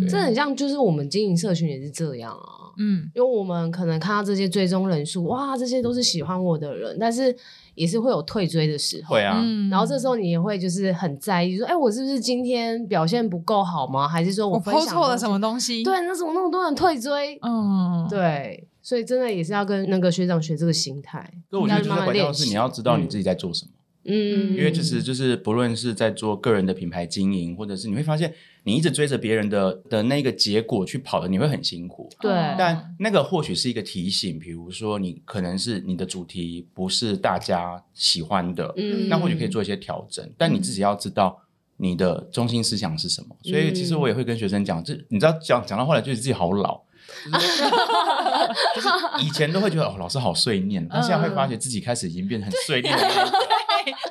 嗯，对这很像，就是我们经营社群也是这样啊。嗯因为我们可能看到这些追踪人数，哇，这些都是喜欢我的人，但是也是会有退追的时候。会啊，嗯然后这时候你也会就是很在意，说，哎、我是不是今天表现不够好吗？还是说我分抛享错了东西什？么东西？，对，那怎么那么多人退追？嗯，对，所以真的也是要跟那个学长学这个心态。所以我觉得就是要慢慢回到练是习你要知道你自己在做什么。嗯，因为其实就是不论是在做个人的品牌经营，或者是你会发现你一直追着别人的的那个结果去跑的，你会很辛苦。对但那个或许是一个提醒，比如说你可能是你的主题不是大家喜欢的，嗯，那或许可以做一些调整，但你自嗯己要知道你的中心思想是什么。所以其嗯实我也会跟学生讲，这你知道讲讲到后来就是自己好老。就是就是以前都会觉得哦，老师好碎念，但现在嗯会发觉自己开始已经变得很碎念的那一个。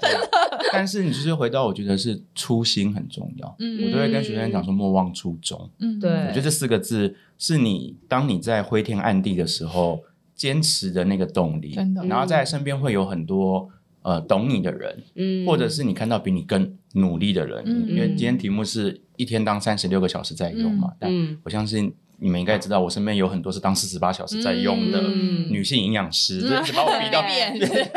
对但是你就是回到，我觉得是初心很重要。 嗯我都会跟学生讲说，莫忘初衷。嗯对我觉得这四个字是你当你在灰天暗地的时候坚持的那个动力。真的嗯然后在身边会有很多呃懂你的人，嗯，或者是你看到比你更努力的人。嗯因为今天题目是一天当三十六个小时在用嘛，但嗯我相信你们应该知道，我身边有很多是当四十八小时在用的。嗯女性营养师，就一直把我逼到，对一直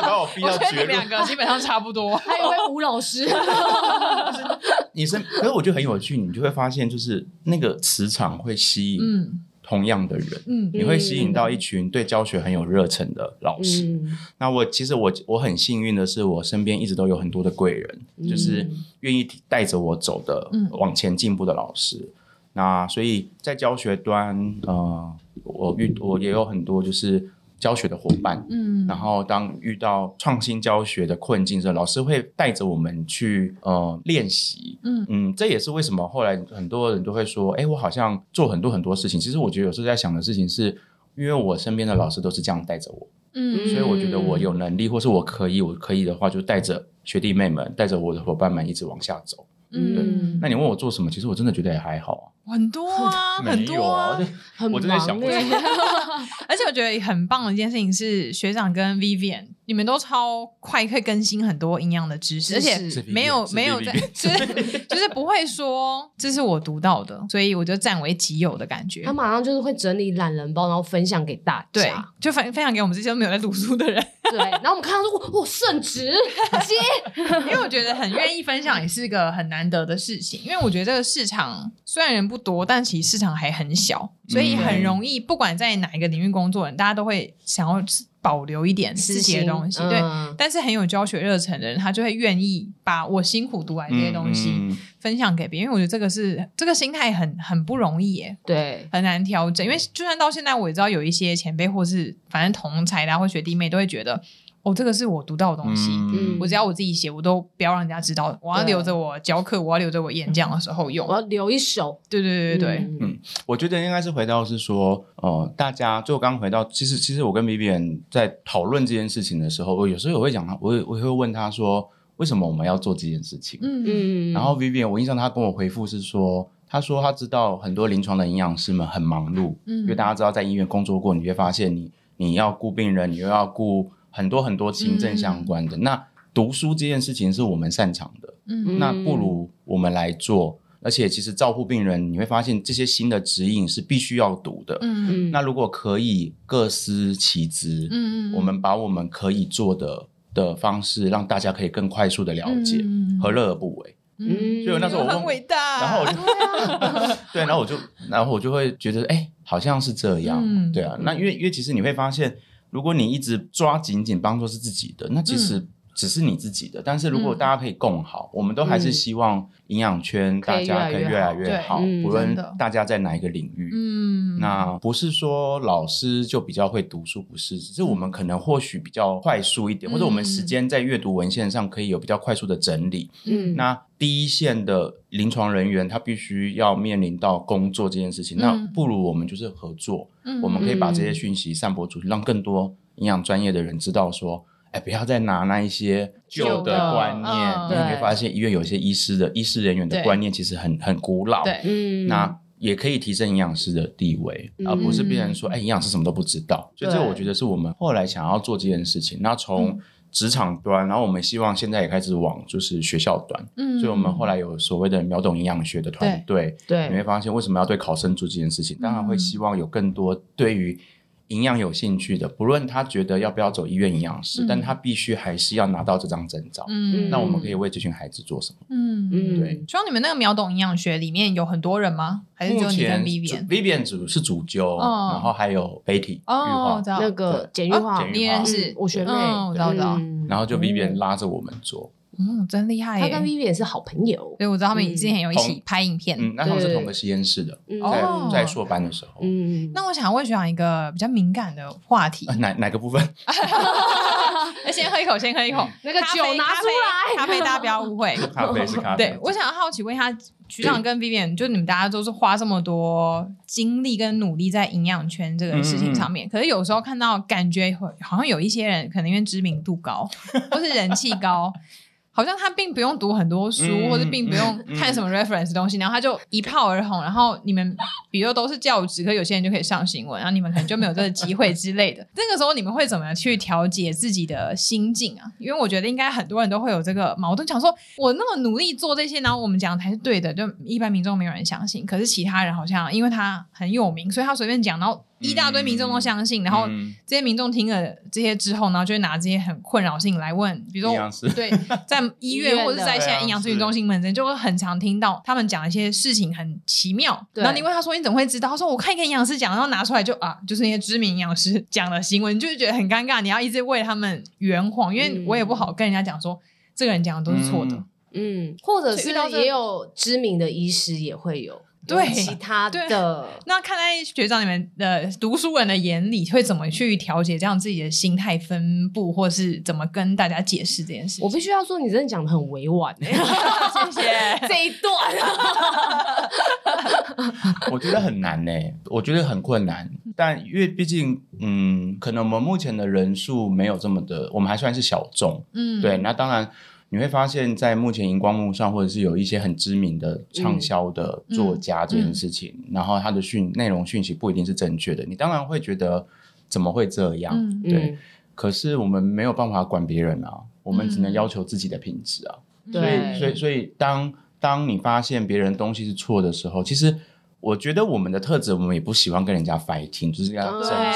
把我 逼我到觉得你们绝路。两个基本上差不多。还有一位吴老师，你身，可是我觉得很有趣，你就会发现，就是那个磁场会吸引嗯同样的人，嗯你会吸引到一群对教学很有热忱的老师。 嗯那我其实我我很幸运的是，我身边一直都有很多的贵人，就是愿意带着我走的、嗯往前进步的老师。那所以在教学端，呃，我遇我也有很多就是教学的伙伴， 嗯然后当遇到创新教学的困境的时候，老师会带着我们去呃练习。嗯嗯，这也是为什么后来很多人都会说，哎，我好像做很多很多事情。其实我觉得有时候在想的事情是。因为我身边的老师都是这样带着我，嗯所以我觉得我有能力，或是我可以，我可以的话，就带着学弟妹们，带着我的伙伴们一直往下走。嗯那你问我做什么，其实我真的觉得也还好啊。很多啊， 没很有多啊，啊我。就很我忙真的想不欸而且我觉得很棒的一件事情是，学长跟 Vivian 你们都超快，可以更新很多营养的知识，而且是 Vivian，没有是没有在， 就是就是不会说这是我读到的，所以我就占为己有的感觉他。马上就是会整理懒人包，然后分享给大对家。，就分分享给我们这些没有在读书的人，对，然后我们看到说，哇，哇圣旨，接因为我觉得很愿意分享也是一个很难得的事情。因为我觉得这个市场虽然人不多，但其实市场还很小，所以很容易，不管在哪一个领域工作人，大家都会想要保留一点自己的东西。对，嗯但是很有教学热忱的人，他就会愿意把我辛苦读来这些东西嗯嗯分享给别人。因为我觉得这个是这个心态很很不容易耶，对，很难调整。因为就算到现在，我也知道有一些前辈或是反正同才啦或学弟妹都会觉得，哦，这个是我读到的东西。嗯我只要我自己写，我都不要让人家知道。我要对留着我教课，我要留着我演讲的时候用我。要留一手。对对对对对，嗯，我觉得应该是回到是说，呃，大家就刚回到，其实其实我跟 Vivian 在讨论这件事情的时候，我有时候我会讲他，我也我也会问他说，为什么我们要做这件事情？嗯嗯，然后 Vivian 我印象他跟我回复是说，他说他知道很多临床的营养师们很忙碌，嗯因为大家知道在医院工作过，你会发现你你要顾病人，你又要顾很多很多行政相关的。那读书这件事情是我们擅长的，嗯那不如我们来做。而且其实照顾病人，你会发现这些新的指引是必须要读的。嗯嗯，那如果可以各司其职，嗯我们把我们可以做的的方式，让大家可以更快速的了解，嗯何乐而不为？嗯，所以那时候我很伟大。然后我就对，然后我就然后我就会觉得，哎、好像是这样，嗯对啊。那因为因为其实你会发现，如果你一直抓紧紧当做是自己的，那其实只是你自己的。但是如果嗯大家可以共好，我们都还是嗯希望营养圈可大以家可以越越来来越越好好，对嗯不论真的大家在哪一个领域。嗯，那不是说老师就比较会读书，不是，只是我们可能或许比较快速一点，或者我们时间在阅读文献上可以有比较快速的整理。嗯， 那第一线的临床人员，他必须要面临到工作这件事情，那嗯不如我们就是合作，嗯我们可以把这些讯息散播出去，让更多营养专业的人知道说。哎，不要再拿那一些旧旧的的观念，嗯因为你对会发现医院有一些医师的医师人员的对观念其实很很古老。对嗯，那也可以提升营养师的地位，嗯而不是变成说，哎，营养师什么都不知道。所以这对我觉得是我们后来想要做这件事情。那从职场端，然后我们希望现在也开始往就是学校端，嗯，所以我们后来有所谓的秒懂营养学的团队，你会对，发现为什么要对考生做这件事情？当然会希望有更多对于。营养有兴趣的，不论他觉得要不要走医院营养师，嗯但他必须还是要拿到这张证照。嗯，那我们可以为这群孩子做什么？嗯嗯，嗯，对希望你们那个秒懂营养学里面有很多人吗？还是只目有你跟前 Vivian？ Vivian 主是主揪，哦然后还有 Betty 哦，我玉知华，道那个简玉啊华简玉你也是嗯，我学妹，嗯，我知道，我知道，嗯然后就 Vivian 拉着我们做，嗯，真厉害耶，他跟 Vivi 也是好朋友所，以我知道他们嗯之前有一起拍影片。嗯，那他们是同个实验室的，嗯在哦在硕班的时候，嗯，那我想问学长一个比较敏感的话题啊，哪哪个部分？ 哎 先喝一口，先喝一口，嗯那个咖啡酒拿咖出啡来咖啡大家不要误会。咖啡是咖啡，哦对，我想要好奇问一下，局长跟 Vivian，就你们大家都是花这么多精力跟努力在营养圈这个事嗯情上面，可是有时候看到感觉会好像有一些人可能因为知名度 高或是人气高。好像他并不用读很多书，嗯或者并不用看什么 reference 东西，然后他就一炮而红。然后你们，比如都是教职，可有些人就可以上新闻，然后你们可能就没有这个机会之类的。那个时候你们会怎么去调节自己的心境啊？因为我觉得应该很多人都会有这个矛盾，想说我那么努力做这些，然后我们讲的才是对的，就一般民众没有人相信。可是其他人好像因为他很有名，所以他随便讲，然后一大堆民众都相信，然后嗯这些民众听了这些之后，然后就会拿这些很困扰性来问，比如说营养。师，对，在医 医院院或者的在一些对啊营养咨询中心门诊，就会很常听到他们讲一些事情很奇妙。对然后你问他说你怎么会知道？他说我看一个营养师讲，然后拿出来就啊，就是那些知名营养师 讲的新闻，你就会觉得很尴尬。你要一直为他们圆谎，因为嗯我也不好跟人家讲说这个人讲的都是错的。 嗯嗯，或者所以是遇到这也有知名的医师也会有，对其他的。那看在学长你们的读书人的眼里，会怎么去调节这样自己的心态分布，或是怎么跟大家解释这件事我情？必须要说，你真的讲的很委婉、 欸，谢谢。 这一段我觉得很难呢、我觉得很困难。嗯但因为毕竟，嗯，可能我们目前的人数没有这么的，我们还算是小众。嗯对，那当然你会发现在目前荧光幕上，或者是有一些很知名嗯的畅销的作家这件事情，然后他的讯内容讯息不一定是正确的，你当然会觉得怎么会这样？嗯对，可是我们没有办法管别人啊，我们嗯只能要求自己的品质啊。所对以，所以，所以当当你发现别人东西是错的时候，其实我觉得我们的特质，我们也不喜欢跟人家 fighting，就是嗯要争对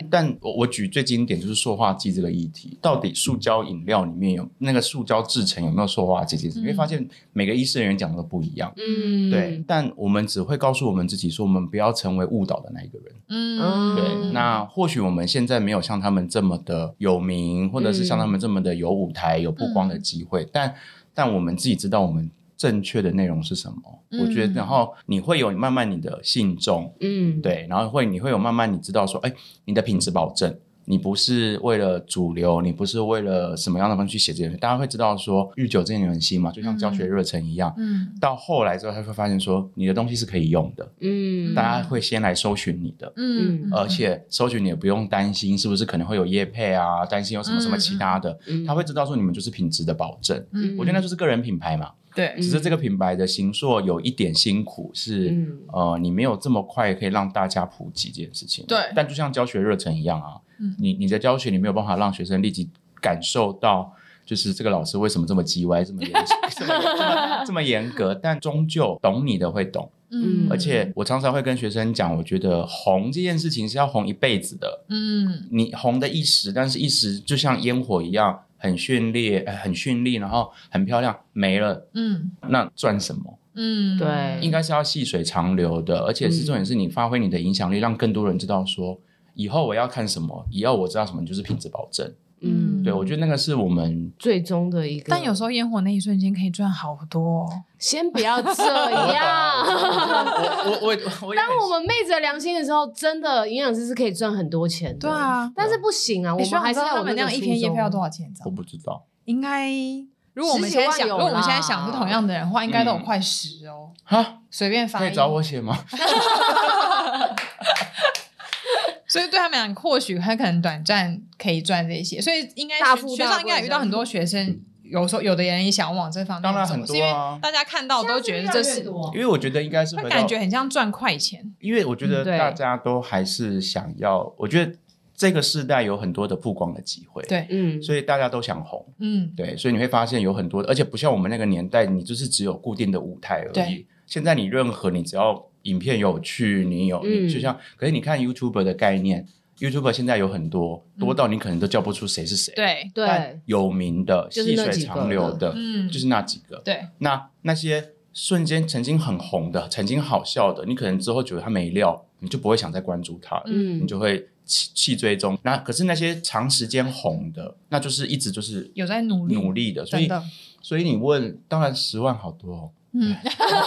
执。但我我举最经典就是塑化剂这个议题，到底塑胶饮料里面有那个塑胶制成有没有塑化剂？其实你会发现每个医师人员讲的都不一样。嗯，对，但我们只会告诉我们自己说，我们不要成为误导的那一个人。嗯嗯对，那或许我们现在没有像他们这么的有名，或者是像他嗯们这么的有舞台、有曝光的机会，但但我们自己知道我们正确的内容是什么。嗯我觉得，然后你会有慢慢你的信众，嗯，对，然后会你会有慢慢你知道说，哎，你的品质保证。你不是为了主流，你不是为了什么样的方式去写这些，大家会知道说日久见人心嘛，就像教学热忱一样。嗯到后来之后，他会发现说你的东西是可以用的，嗯，大家会先来搜寻你的。嗯，而且搜寻你也不用担心是不是可能会有业配啊，担心有什么什么其他的，嗯他会知道说你们就是品质的保证。嗯我觉得那就是个人品牌嘛，对只是这个品牌的行塑有一点辛苦是，嗯呃，你没有这么快可以让大家普及这件事情。对但就像教学热忱一样啊，嗯你你的教学你没有办法让学生立即感受到。就是这个老师为什么这么叽歪，这么严， 这么这么这么严格？但终究懂你的会懂，嗯而且我常常会跟学生讲，我觉得红这件事情是要红一辈子的。嗯你红的一时，但是一时就像烟火一样，很绚丽，呃很绚丽，然后很漂亮，没了，嗯那赚什么？嗯，对应该是要细水长流的，而且是嗯重点是你发挥你的影响力，让更多人知道说。以后我要看什么，以后我知道什么就是品质保证。嗯，对我觉得那个是我们最终的一个，但有时候烟火那一瞬间可以赚好多哦，先不要这样。 我我我我嗯也当我们昧着良心的时候，真的营养师是可以赚很多钱的。对啊但是不行啊，我你们希望还是知道要他有们那那样一天夜夜票多少钱？你知道我吗不知道应该，如果我们十现几在万想，有如果我们现在啦想是同样的人的话，应该嗯都有快十哦。哈，随便发可以一找我写吗？所以对他们来讲，或许他可能短暂可以赚这些，所以应该大学富学大长应该贵也遇这到样很多学生，有时候有的人也想往这方面当然走很是多因为啊大家看到都觉得这是，因为我觉得应该是会回感到觉很像赚快钱。因为我觉得嗯对大家都还是想要，我觉得这个世代有很多的曝光的机会，，对，嗯，所以大家都想红，嗯对，所以你会发现有很多，而且不像我们那个年代，你就是只有固定的舞台而已对。现在你任何你只要影片有趣，你有，嗯你就像，可是你看 YouTuber 的概念，YouTuber 现在有很多，多到你可能都叫不出谁是谁，对，嗯对，嗯有名的、就是细那水几个长流的，嗯，就是那几个，对，那那些瞬间曾经很红的、曾经好笑的，你可能之后觉得他没料，你就不会想再关注他了，嗯你，就会弃弃追踪。那可是那些长时间红的，那就是一直就是有在努力，努力的，所真以的，所以你问，当然十万好多、哦，嗯，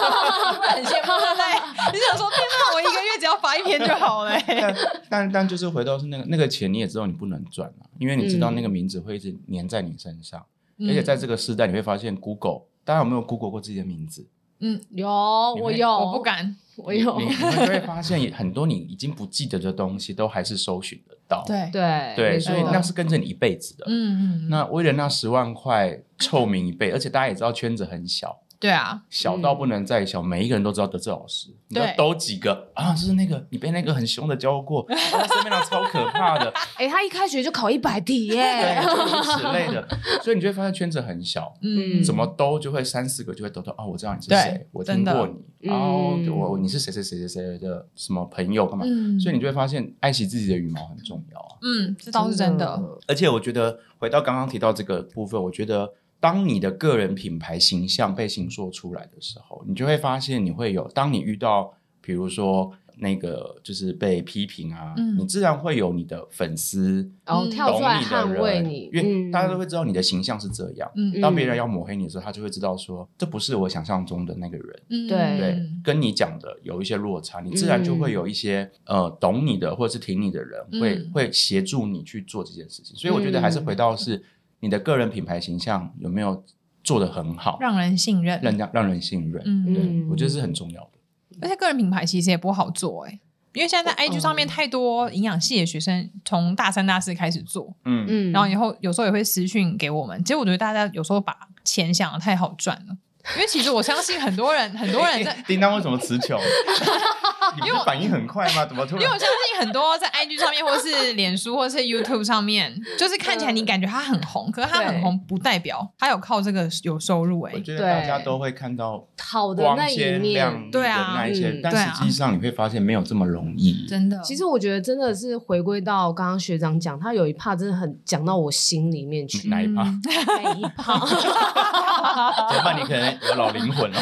很羡慕对不对？你想说，天哪，我一个月只要发一篇就好了欸。 但但但就是回到是那个那个钱，你也知道你不能赚啊，因为你知道那个名字会一直粘在你身上，嗯而且在这个时代，你会发现 Google，大家有没有 Google 过自己的名字？有你我会有，我不，敢，我有你，你你会就会发现很多你已经不记得的东西，都还是搜寻得到。对，对对，没所以错那是跟着你一辈子的。哎嗯嗯，那为了那十万块臭名一辈，而且大家也知道圈子很小，对啊，小到不能再小，每一个人都知道德智老师，你知道对都几个啊？就是那个你被那个很凶的教过，啊他身边那超可怕 的，哎，他一开学就考一百题对，耶，诸如此类的，所以你就会发现圈子很小。嗯，怎么兜就会三四个就会兜到哦，我知道你是对谁，我听真的过你，然后嗯我你是谁谁谁谁谁的什么朋友干嘛？嗯所以你就会发现爱惜自己的羽毛很重要啊。嗯，这倒是真的，而且我觉得回到刚刚提到这个部分，我觉得当你的个人品牌形象被形塑出来的时候，你就会发现你会有，当你遇到比如说那个就是被批评啊，嗯你自然会有你的粉丝然后嗯哦跳出来懂捍的卫人，你，因为嗯大家都会知道你的形象是这样。嗯当别人要抹黑你的时候，他就会知道说，这不是我想象中的那个人，嗯对对，嗯跟你讲的有一些落差，你自然就会有一些、呃懂你的或者是挺你的人，会嗯会协助你去做这件事情。所以我觉得还是回到是你的个人品牌形象有没有做得很好，让人信任，让让让人信任，嗯对、嗯我觉得是很重要的。而且个人品牌其实也不好做哎、因为现哦在在 IG 上面太多营养系的学生从大三、大四开始做，嗯嗯，然后以后有时候也会私讯给我们。其实我觉得大家有时候把钱想的太好赚了，因为其实我相信很多人，很多 人在，叮当为什么词 穷？你不是反应很快吗？怎么突因为我？相信很多在 IG 上面或是脸书或是 YouTube 上面，就是看起嗯来你感觉他很红，可是他很红不代表他有靠这个有收入哎、我觉得对大家都会看到好的光那一鲜亮丽面。的对啊那一些嗯，对但啊实际上你会发现没有这么容易。真的，其实我觉得真的是回归到刚刚学长讲，他有一趴真的很讲到我心里面去。哪一趴？嗯哪一趴？怎么办？你可能有老灵 魂哦。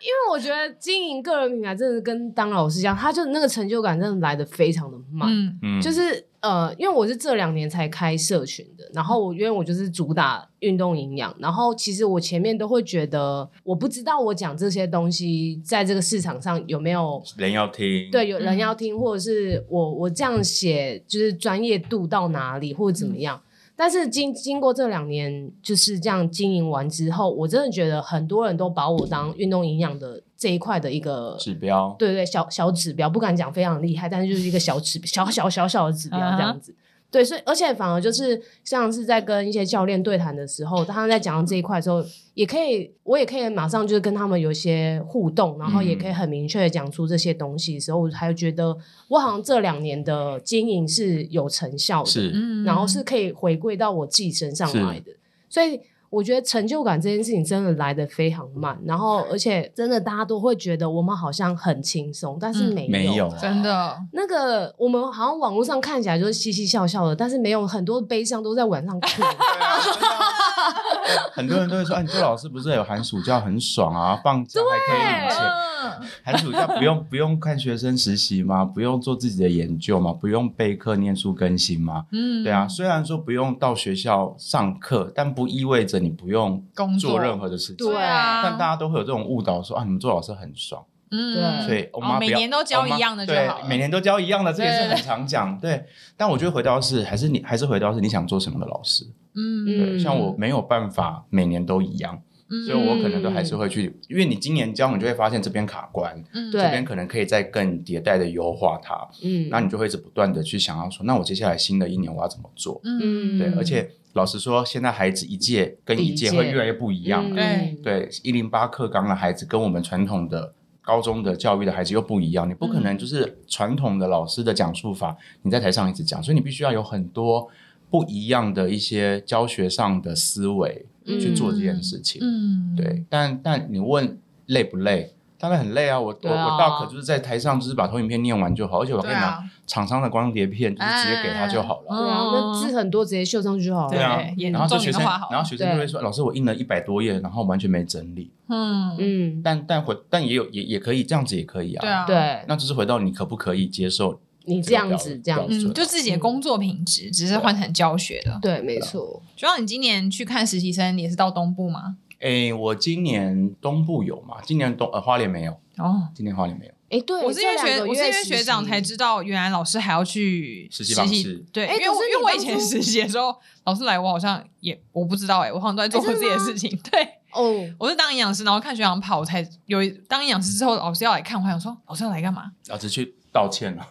因为我觉得经营个人品牌真的跟当老师一样，他就那个成就感真的来的非常的慢，嗯嗯就是。呃，因为我是这两年才开社群的，然后我因为我就是主打运动营养，然后其实我前面都会觉得，我不知道我讲这些东西在这个市场上有没有人要听，对，有人嗯要听，或者是我我这样写，就是专业度到哪里，或者怎么样。但是经经过这两年就是这样经营完之后，我真的觉得很多人都把我当运动营养的这一块的一个，指标。对对，小小指标，不敢讲非常厉害，但是就是一个小指小小小小的指标啊哈这样子。对，所以而且反而就是像是在跟一些教练对谈的时候，他们在讲到这一块的时候，也可以，我也可以马上就是跟他们有一些互动，然后也可以很明确的讲出这些东西的时候，我才觉得我好像这两年的经营是有成效的，是，嗯然后是可以回归到我自己身上是来的，所以。我觉得成就感这件事情真的来的非常慢，然后而且真的大家都会觉得我们好像很轻松，但是嗯没有，没有，真的，那个我们好像网络上看起来就是嘻嘻笑笑的，但是没有很多悲伤都在晚 上哭。对啊真的啊 很多人都会说，哎，你做老师不是有寒暑假很爽啊，放假还可以领钱。嗯，寒暑假不用不用看学生实习吗？不用做自己的研究吗？不用备课、念书、更新吗？嗯对啊，，虽然说不用到学校上课，但不意味着你不用工作做任何的事情。对啊，但大家都会有这种误导说啊，你们做老师很爽，嗯，所以我哦妈不每要、年都教我妈一样的就对好了每年都教一样的，这也对是对很常讲。对，但我觉得回到是还是你还是回到是你想做什么的老师。嗯，对，像我没有办法每年都一样，嗯 所以我可能都还是会去，因为你今年教，你就会发现这边卡关，嗯对这边可能可以再更迭代的优化它，嗯，那你就会一直不断的去想要说，那我接下来新的一年我要怎么做？嗯对，而且老实说，现在孩子一届跟一届一届会越来越不一嗯样。啊对啊对，一零八课纲的孩子跟我们传统的高中的教育的孩子又不一样，你不可嗯能就是传统的老师的讲述法，你在台上一直讲，所以你必须要有很多不一样的一些教学上的思维去做这件事情。嗯，对，但但你问累不累？当然很累啊！我我、对啊我大可就是在台上，就是把投影片念完就好，而且我可以对拿啊，厂商的光碟片，就是直接给他就好了。哎对啊，那字很多直接秀上去就好了。对啊对也然后就重学点生，都画好然后学生就会说：“老师，我印了一百多页，然后完全没整理。”嗯，嗯，但但回但也有也也可以这样子也可以啊。对啊，，对，那就是回到你可不可以接受你这样子这样子，嗯，就自己的工作品质，只是换成教学的。对，啊没错。主要你今年去看实习生，你也是到东部吗？诶，哎我今年东部有嘛？今年东呃花莲没有，哦，今年花莲没有。哎，对，我是因为这两学，个我是因为实习学长才。知道，原来老师还要去实习方式对，哎因为可我是因为你我当以前初实习的时候，老师来，我好像也我不知道哎，我好像都在做哎我真的自己的吗事情。对，哦，我是当营养师，然后看学长跑，我才有一当营养师之后，老师要来看，我还想说老师要来干嘛？老师啊去道歉了，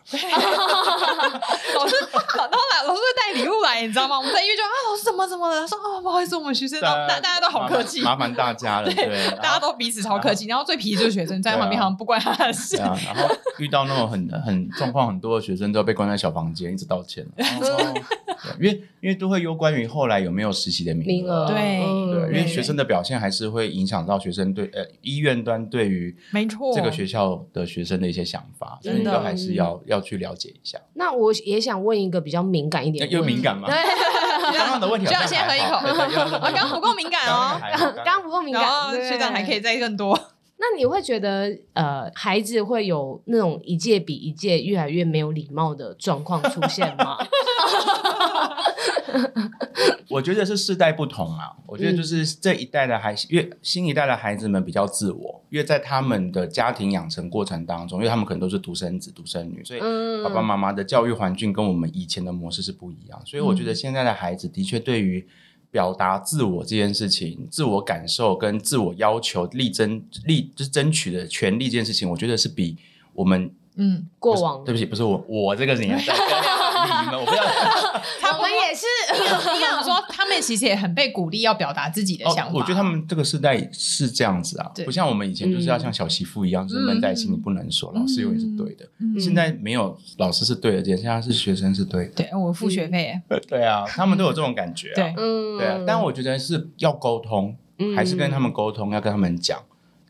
老师， 然后来老师会带礼物来，你知道吗？我们在医院就啊，老师怎么怎么了？他说哦，不好意思，我们学生都大大家都好客气， 麻烦麻烦 大家了，对，啊大家都彼此超客气。然后最皮就是学生在旁边好像不关他的事对，啊，然后遇到那种很很状况很多的学生，都被关在小房间，一直 道歉，哦对因为因为都会攸关于后来有没有实习的名额对嗯对，因为对学生的表现还是会影响到学生对呃医院端对于没错，这个学校的学生的一些想法，所以真你的都还是要要去了解一下。那我也想问一个比较敏感一点的又问题，敏感吗？对，刚刚的问题学好像长先喝一还好 口，啊对对我刚刚不够敏感哦。刚刚还好刚刚不够敏然感后，对学长还可以再更多，那你会觉得呃，孩子会有那种一届比一届越来越没有礼貌的状况出现 吗？我觉得是世代不同啊，我嗯觉得就是这一代的孩，越新一代的孩子们比较自我，越在他们的家庭养成过程当中，因为他们可能都是独生子、独生女，所以嗯爸爸妈妈的教育环境跟我们以前的模式是不一样。所以我觉嗯得现在的孩子的确对于表达自我这件事情、自我感受跟自我要求、力争力就是争取的权利这件事情，我觉得是比我们嗯，过往对不起，不是我我这个年代 跟你们，我不知道。我们也是，你想说他们其实也很被鼓励要表达自己的哦想法，，我觉得他们这个世代是这样子啊对，嗯不像我们以前就是要像小媳妇一样，就是闷在心里不能说，老师永远是对的。嗯现在没有老师是对的，现在是学生是对对我付学费，的。 对啊，他们都有这种感觉、啊。对，嗯对啊，但我觉得是要沟通，还是跟他嗯们沟通，要跟他们讲，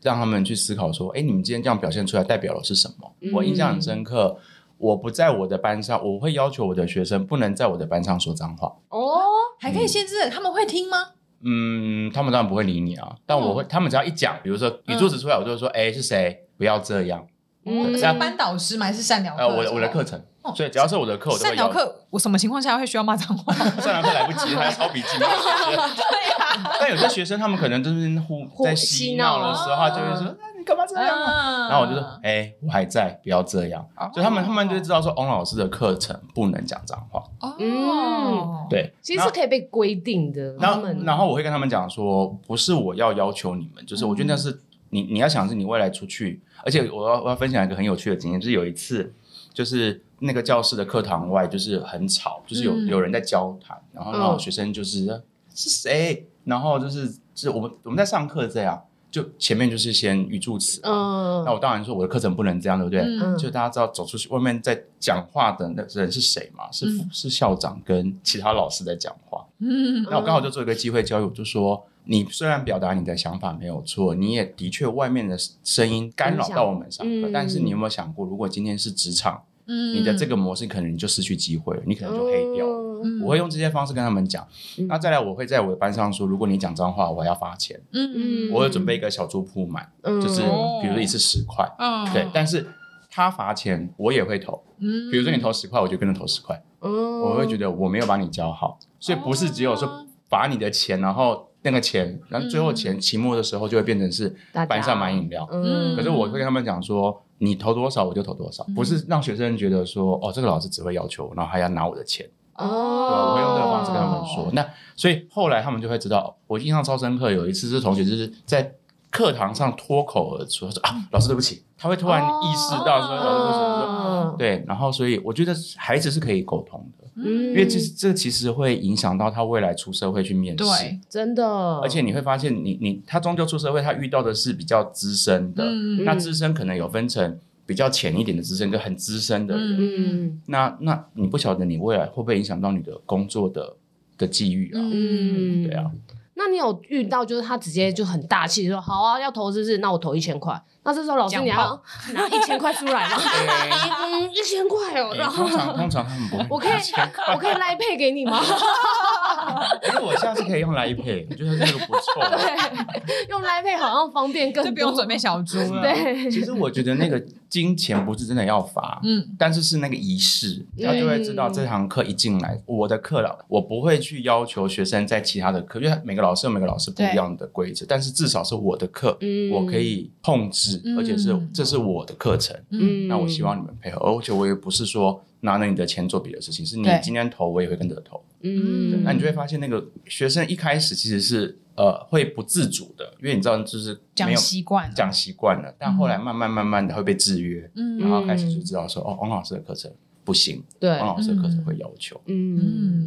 让他们去思考说，哎，你们今天这样表现出来代表了是什么？嗯我印象很深刻。我不在我的班上，我会要求我的学生不能在我的班上说脏话。哦，还可以限制他们会听吗？嗯，他们当然不会理你啊，但我嗯会，他们只要一讲，比如说语助词出来，我就会说，哎、是谁？不要这样。嗯啊是班导师吗？还是善良课呃，的时我候？的我的课程哦，所以只要是我的课，我都善会良要。课，我什么情况下会需要骂 脏话？上堂课来不及，还要 抄笔记。没有时间对呀，但有些学生他们可能就是互互在嬉闹的时候，嬉闹哦他就会说，那你干嘛这样啊？然然后我就说，哎，我还在，不要这样。所以他们他们就知道说，翁老师的课程不能讲脏话。哦，嗯对，其实然后是可以被规定的。然他后们，然后我会跟他们讲说，不是我要要求你们，就是我觉得那是你你要想是你未来出去，而且我要我要分享一个很有趣的经验，就是有一次就是那个教室的课堂外就是很吵，就是有、嗯有人在交谈，然后嗯然后学生就是、是谁，然后就是是我们我们在上课这样，就前面就是先语助词，嗯那我当然说我的课程不能这样，对不对？嗯就大家知道走出去外面在讲话的那人是谁嘛？是、嗯是校长跟其他老师在讲话。嗯那我刚好就做一个机会教育，我就说，你虽然表达你的想法没有错，你也的确外面的声音干扰到我们上课，嗯但是你有没有想过，如果今天是职场，嗯你的这个模式可能你就失去机会了，你可能就黑掉嗯了。嗯我会用这些方式跟他们讲，嗯那再来我会在我的班上说，如果你讲脏话，我还要罚钱。嗯嗯我有准备一个小桌铺满，嗯就是哦比如说一次十块，嗯对，但是他罚钱我也会投，嗯比如说你投十块，我就跟着投十块。嗯我会觉得我没有把你教好，所以不是只有哦说罚你的钱，然后那个钱，然后最后钱期末的时候就会变成是嗯大家班上买饮料。嗯可是我会跟他们讲说，你投多少我就投多少，不是让学生觉得说哦，这个老师只会要求我，然后还要拿我的钱。对，哦我会用这个方式跟他们说。那所以后来他们就会知道，我印象超深刻，有一次是同学就是在课堂上脱口而出，他说啊，老师对不起，他会突然意识到哦说，老师对不起我说，嗯对，然后所以我觉得孩子是可以沟通的。嗯因为这这其实会影响到他未来出社会去面试，对，真的，而且你会发现你，你他终究出社会，他遇到的是比较资深的，嗯那资深可能有分成比较浅一点的资深跟很资深的人，嗯那那你不晓得你未来会不会影响到你的工作的的际遇啊？嗯，嗯对啊。，那你有遇到就是他直接就很大气说好啊要投是不是？那我投一千块。那这时候老师讲你还要拿一千块出来吗？嗯， 一千块哦， 诶然后通常通常他们不会，我可以我可以赖配给你吗？因为我下次可以用来配，我觉得这个不错。 啊对，用赖配好像方便更就多，不用准备小猪了， 对其实我觉得那个金钱不是真的要罚，嗯但是是那个仪式，他就会知道这堂课一进来，我的课了，我不会去要求学生在其他的课，因为每个老师有每个老师不一样的规则，但是至少是我的课，嗯我可以控制，嗯而且是这是我的课程，嗯那我希望你们配合，而且我也不是说拿了你的钱做别的事情，是你对今天投，我也会跟着投，嗯，那你就会发现那个学生一开始其实是呃会不自主的，因为你知道就是没讲有习惯，讲习惯了，但后来慢慢慢慢的会被制约，嗯然后开始就知道说，哦，王老师的课程不行，对王，老师的课程会要求，嗯，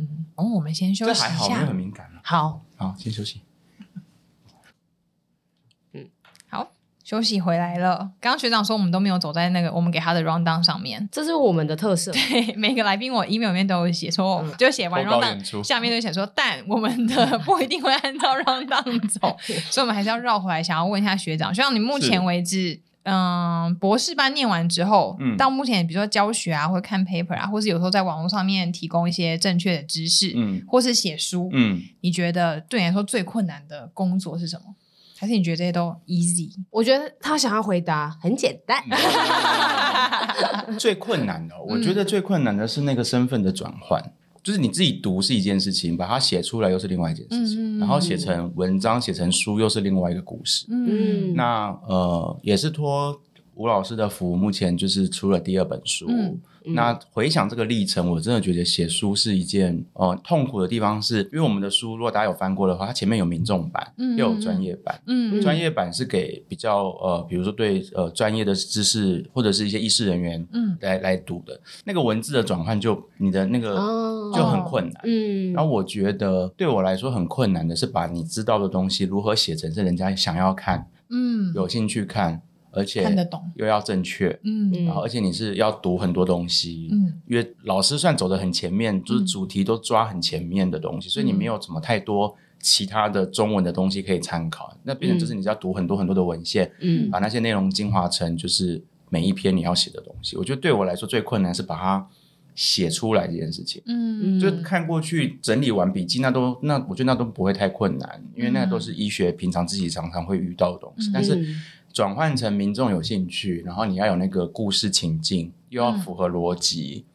嗯，哦，我们先休息这一还好，没有下很，敏感了。好，好，先休息。好，休息回来了。刚刚学长说我们都没有走在那个我们给他的 round down 上面， 这是我们的特色，对，每个来宾我 email 里面都有写说，嗯就写完投稿 round 演出 down，下面就写说， 但我们的 不一定会按照 round down 走，所以我们还是要绕回来，想要问一下学长，学长你目是前为止。嗯，博士班念完之后，嗯到目前比如说教学啊，或者看 paper 啊，或是有时候在网络上面提供一些正确的知识，嗯或是写书，嗯，你觉得对你来说最困难的工作是什么？还是你觉得这些都 easy？我觉得他想要回答很简单，最困难的，我嗯觉得最困难的是那个身份的转换。就是你自己读是一件事情，把它写出来又是另外一件事嗯情，嗯嗯然后写成文章、写成书又是另外一个故事。嗯那呃，也是托吴老师的福，目前就是出了第二本书。嗯那回想这个历程，我真的觉得写书是一件呃痛苦的地方是，因为我们的书如果大家有翻过的话，它前面有民众版，嗯又有专业版。嗯专业版是给比较呃，比如说对呃专业的知识或者是一些医师人员嗯来来读的，那个文字的转换就你的那个哦就很困难。嗯，然后我觉得对我来说很困难的是把你知道的东西如何写成是人家想要看、嗯，有兴趣看，而看得且懂，又要正确，嗯嗯然后而且你是要读很多东西。嗯因为老师算走的很前面，就是主题都抓很前面的东西，所以你嗯没有什么太多其他的中文的东西可以参考。那变成嗯就是你要读很多很多的文献，嗯把那些内容精华成就是每一篇你要写的东西。我觉得对我来说最困难是把它写出来这件事情。嗯，就看过去整理完笔记，那都那我觉得那都不会太困难，因为那都是医学平常自己常常会遇到的东西。嗯但是嗯转换成民众有兴趣，然后你要有那个故事情境，嗯又要符合逻辑，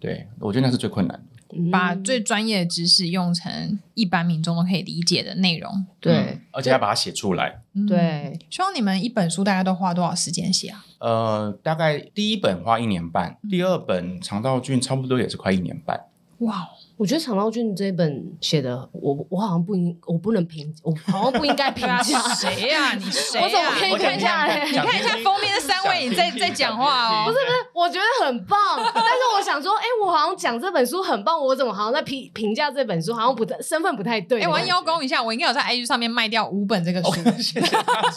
对我觉得那是最困难的。把嗯最专业的知识用成一般民众都可以理解的内容。对而且要把它写出来。嗯，对希望你们一本书大概都花多少时间写啊？呃，大概第一本花一年半，嗯第二本肠道菌差不多也是快一年半。哇，我觉得肠道菌这一本写的，我我好像不应，我不能评，我好像不应该评 价谁呀？你谁呀？我怎么可以我讲看一下讲嘞你看一下封面这三位，你在在讲话哦。不是，我觉得很棒， 但是我想说，哎、我好像讲这本书很棒，我怎么好像在评评价这本书，好像不太身份不太对的哎，我感要觉。邀功一下，我应该有在 IG 上面卖掉五本这个书，谢谢大家，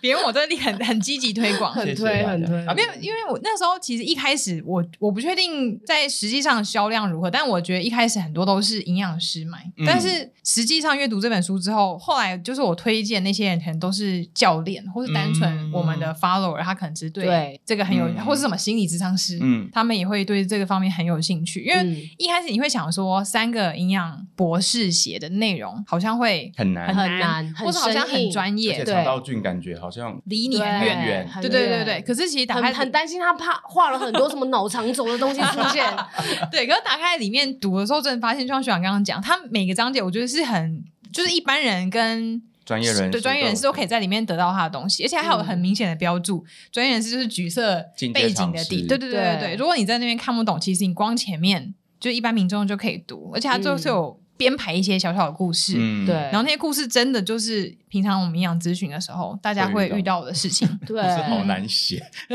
别人我这里很很积极推广。很谢谢推大很家推啊没有，因为我那时候其实一开始我我不确定在实际上销量如何，但我觉得一开始很多都是营养师买，嗯但是实际上阅读这本书之后，后来就是我推荐那些人可能都是教练，或是单纯嗯我们的 follower，他可能只是对对这个很有，嗯或是什么心理咨商师，嗯他们也会对这个方面很有兴趣，因为。嗯一开始你会想说，三个营养博士写的内容好像会很难，很难或是好像很生很硬专而且业，对肠道菌感觉好像离你很对远。远很对对对远对，可是其实打开很很担心他怕画了很多什么脑肠轴的东西出现， 对，可是打开里面读的时候，真的发现，就像学长刚刚讲，他每个章节我觉得是很，就是一般人跟专业人士对专业人士都可以在里面得到他的东西，而且还有很明显的标注，专业人士就是橘色进阶背景的常底，识对对对对对。对如果你在那边看不懂，其实你光前面就一般民众就可以读，而且他就嗯是有编排一些小小的故事。嗯对，然后那些故事真的就是平常我们营养咨询的时候，大家会会遇到遇到的事情。对嗯可是好难写，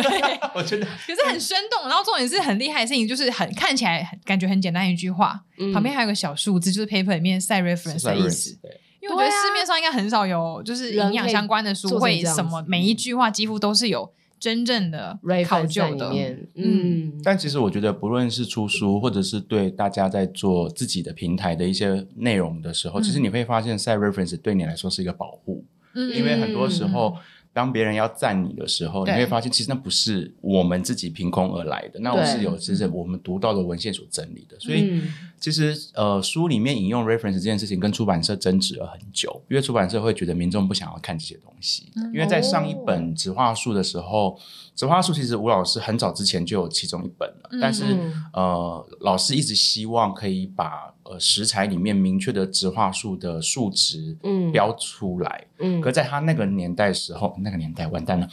我觉得可是很生动，然后重点是很厉害的事情，就是很看起来很感觉很简单一句话，嗯旁边还有个小数字，就是 paper 里面晒 reference 的意思。。对因为我觉得对啊市面上应该很少有就是营养相关的书会什么每一句话几乎都是有真正的嗯 reference 考究在的里。面，嗯，但其实我觉得，不论是出书，或者是对大家在做自己的平台的一些内容的时候，嗯其实你会发现，site reference 对你来说是一个保护，嗯因为很多时候。当别人要赞你的时候，你对会发现其实那不是我们自己凭空而来的，那我对是有其实我们读到的文献所整理的。所以嗯其实呃，书里面引用 reference 这件事情跟出版社争执了很久，因为出版社会觉得民众不想要看这些东西。嗯因为在上一本植化术的时候，植化术其实吴老师很早之前就有其中一本了，嗯但是、嗯呃，老师一直希望可以把呃食材里面明确的植化术的数值嗯标出来。嗯可在他那个年代时候，那个年代完蛋了。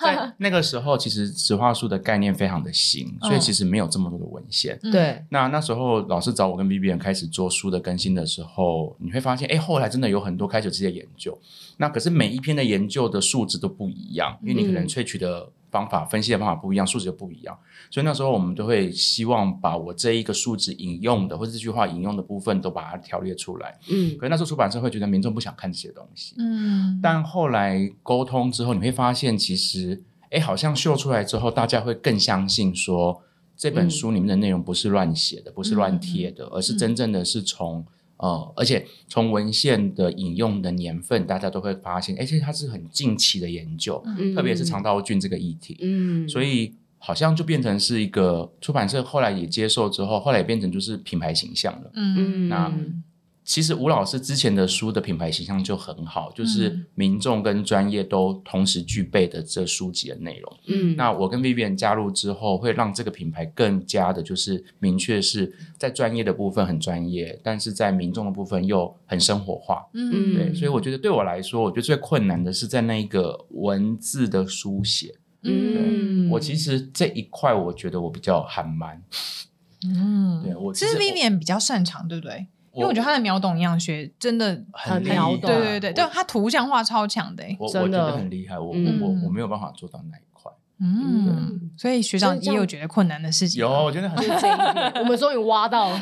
在那个时候，其实植化术的概念非常的新，所以嗯其实没有这么多的文献。对，那那时候老师找我跟 B B 人开始做书的更新的时候，你会发现，哎，后来真的有很多开始有这些研究。那可是每一篇的研究的数值都不一样，因为你可能嗯萃取的方法、分析的方法不一样，数值就不一样。所以那时候我们都会希望把我这一个数值引用的或者这句话引用的部分都把它条列出来。嗯可是那时候出版社会觉得民众不想看这些东西，嗯，但后来沟通之后，你会发现其实，哎，好像秀出来之后，大家会更相信说这嗯本书里面的内容不是乱写的，不是乱贴的，而是真正的是从。呃，而且从文献的引用的年份，大家都会发现，哎，其实它是很近期的研究，嗯特别是肠道菌这个议题。嗯，所以好像就变成是一个出版社后来也接受之后，后来也变成就是品牌形象了。嗯嗯那其实吴老师之前的书的品牌形象就很好，就是嗯民众跟专业都同时具备的这书籍的内容。嗯，那我跟 Vivian 加入之后，会让这个品牌更加的，就是明确是在专业的部分很专业，但是在民众的部分又很生活化。嗯对，所以我觉得对我来说，我觉得最困难的是在那一个文字的书写。嗯，我其实这一块，我觉得我比较含慢。嗯，对我其实其实 Vivian 比较擅长，对不对？因为我觉得他的秒懂营养学真的，很很厉秒害懂对对对，我对他图像化超强的欸，我我真觉的得很厉害，我我我嗯我没有办法做到那一块。嗯，嗯所以学长所以这也样有觉得困难的事情有，吗，我觉得很，这一点我们终于挖到 了，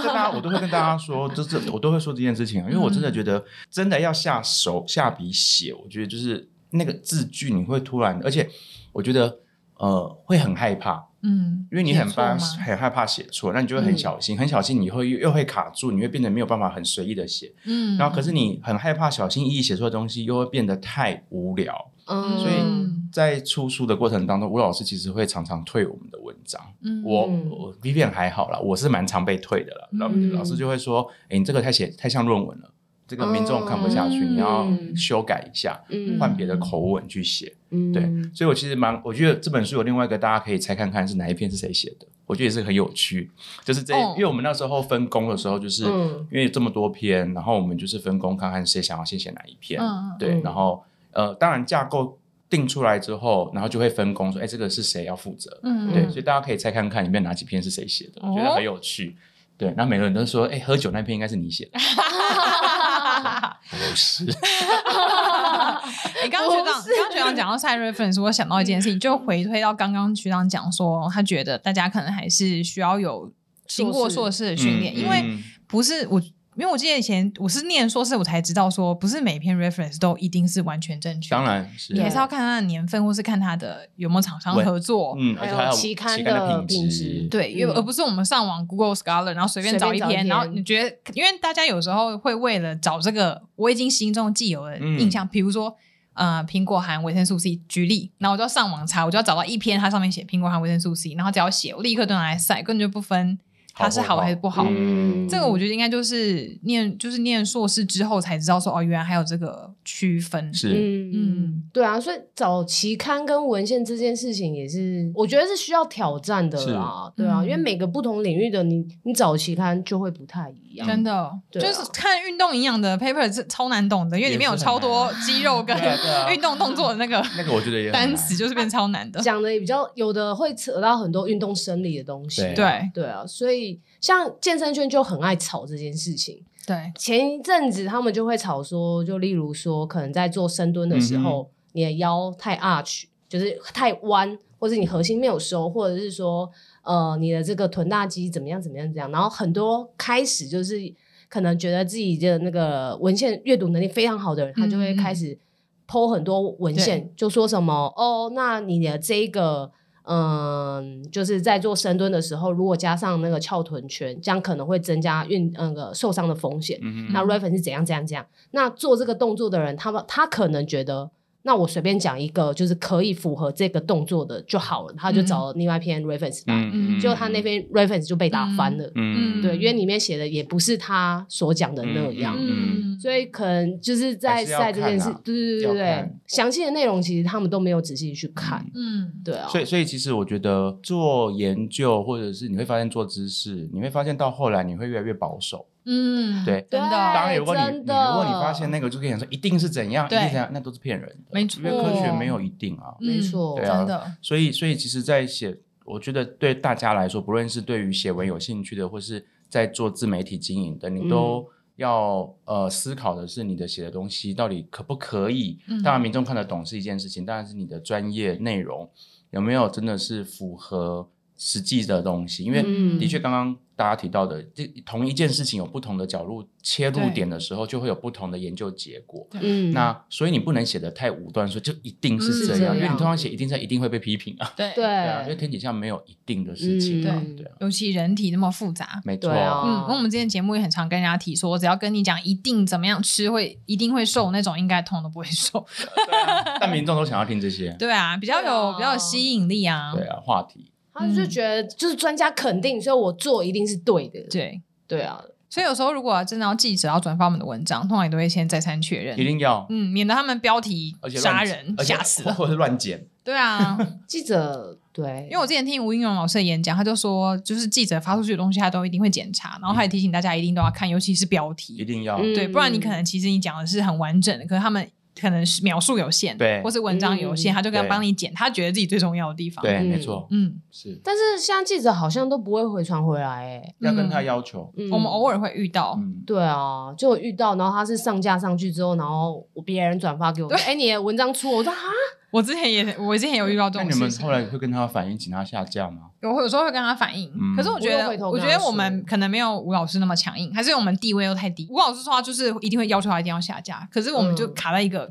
这大家我都会跟大家说，就是我都会说这件事情啊，因为我真嗯的觉得真的要下手下笔写，我觉得就是那个字句你会突然，而且我觉得呃会很害怕，嗯，因为你很写错怕吗嗯很害怕写错，那你就会很小心，很小心，你会又又会卡住，你会变得没有办法很随意的写，嗯，然后可是你很害怕小心翼翼写错的东西，又会变得太无聊。嗯，所以在出书的过程当中，吴老师其实会常常退我们的文章。嗯我嗯我 Vivian 还好啦，我是蛮常被退的啦。老、嗯老师就会说：“哎、你这个太写太像论文了，这个民众看不下去，嗯你要修改一下，哦嗯换别的口吻去写。嗯对，所以我其实蛮，我觉得这本书有另外一个大家可以猜看看是哪一篇是谁写的，我觉得也是很有趣。就是这，哦因为我们那时候分工的时候，就是、嗯因为有这么多篇，然后我们就是分工看看谁想要先写哪一篇。嗯嗯对嗯，然后呃，当然架构定出来之后，然后就会分工说，哎，这个是谁要负责？嗯对，所以大家可以猜看看里面哪几篇是谁写的，哦我觉得很有趣。对，然后每个人都说，哎，喝酒那篇应该是你写的，不是？你哎刚刚学长，刚刚学长讲到 side reference，我想到一件事情，就回推到刚刚学长讲说，他觉得大家可能还是需要有经过硕士的训练，嗯因为嗯不是我。因为我记得以前我是念硕士，我才知道说不是每篇 reference 都一定是完全正确。 当，然是你，还是要看它的年份，或是看它的有没有厂商文合作。嗯，而且还还有有期刊刊的的品质质，对，因嗯为而不是我们上网 Google Scholar，然后随便随便找一找一篇，篇然后你觉得，因为大家有时候会为了找这个我已经心中既有的印嗯象，比如说呃苹果含维生素 C 举例，然后我就要上网查，我就要找到一篇它上面写苹果含维生素 C，然后只要写，我立刻都拿来晒，根本就不分它是好还是不好。嗯这个我觉得应该就是念就是念硕士之后才知道说哦，原来还有这个区分。是嗯嗯对啊，所以找期刊跟文献这件事情也是，我觉得是需要挑战的啦，是对啊，嗯因为每个不同领域的你，你找期刊就会不太一样。真的，哦对啊就是看运动营养的 paper 是超难懂的，因为里面有也是超很难啊多肌肉跟 对啊对啊运动动作的那个 那个我觉得也很单难词，就是变超 难的。讲的也比较有的会扯到很多运动生理的东西，对对对啊，所以像健身圈就很爱吵这件事情。对，前一阵子他们就会吵说，就例如说，可能在做深蹲的时候，你的腰太 arch，就是太弯，或者你核心没有收，或者是说，呃，你的这个臀大肌怎么样怎么样怎么样，然后很多开始就是可能觉得自己的那个文献阅读能力非常好的人，他就会开始剖很多文献，就说什么哦，那你的这一个。嗯，就是在做深蹲的时候，如果加上那个翘臀圈，这样可能会增加运呃那个、受伤的风险。嗯那 reference 是怎样怎样怎样。那做这个动作的人，他们他可能觉得，那我随便讲一个就是可以符合这个动作的就好了，他嗯就找了另外一篇 reference 来，嗯结果他那篇 reference 就被打翻了。嗯对，因为里面写的也不是他所讲的那样。嗯所以可能就是在还是要赛这件事，看啊对对对对要对看，详细的内容其实他们都没有仔细去看，嗯，对啊，所以，所以其实我觉得做研究，或者是你会发现做知识，你会发现到后来你会越来越保守。嗯，对对真的当然，如果你你真如的果你发现那个就跟你讲说一定是怎样，一对定是怎样，那都是骗人的。没错因为科学没有一定啊。没错，对嗯啊真的，所以，所以其实，在写，我觉得对大家来说，不论是对于写文有兴趣的，或是在做自媒体经营的，你嗯都要、呃思考的是你的写的东西到底可不可以。嗯当然，民众看得懂是一件事情，当然是你的专业内容有没有真的是符合实际的东西，因为嗯的确，刚刚大家提到的，这同一件事情有不同的角度切入对点的时候，就会有不同的研究结果。嗯，那所以你不能写的太武断，说就一定嗯是这是这样，因为样你通常写一定在一定会被批评啊， 对对对啊，因为天底下没有一定的事情啊，嗯对啊，尤其人体那么复杂。没错对，啊，嗯，那我们之前节目也很常跟人家提说，只要跟你讲一定怎么样吃会一定会瘦那种，应该痛都不会瘦。对啊 但民众都想要听这些，对啊，比较有、比较有吸引力啊。对啊，话题，他就觉得就是专家肯定，所以我做一定是对的，对对啊，所以有时候如果真的要记者要转发我们的文章，通常也都会先再三确认一，定要，嗯，免得他们标题而且乱杀人而且吓死了。 或者是乱剪，对啊，记者对，因为我之前听吴英荣老师的演讲，他就说，就是记者发出去的东西，他都一定会检查，然后他也提醒大家一定都要看，尤其是标嗯一题，定要。嗯对，不然你可能其实你讲的是很完整的，可是他们可能是描述有限，对或是文章有限，嗯他就对跟帮你剪，他觉得自己最重要的地方，对，嗯没错，嗯，是但是现在记者好像都不会回传回来、欸，要跟他要求。嗯我们偶尔会遇到，嗯，对啊，就有遇到，然后他是上架上去之后，然后我别人转发给我，哎、你的文章出了，我说啊，我之前也我之前有遇到这种那你事们情后。来会跟他反映，请他下架吗？我有时候会跟他反映，嗯可是我觉得我有回，头我跟觉他得我们可能没有吴老师那么强硬，还是因为我们地位又太低。吴老师说他就是一定会要求他一定要下架，可是我们就嗯卡在一个，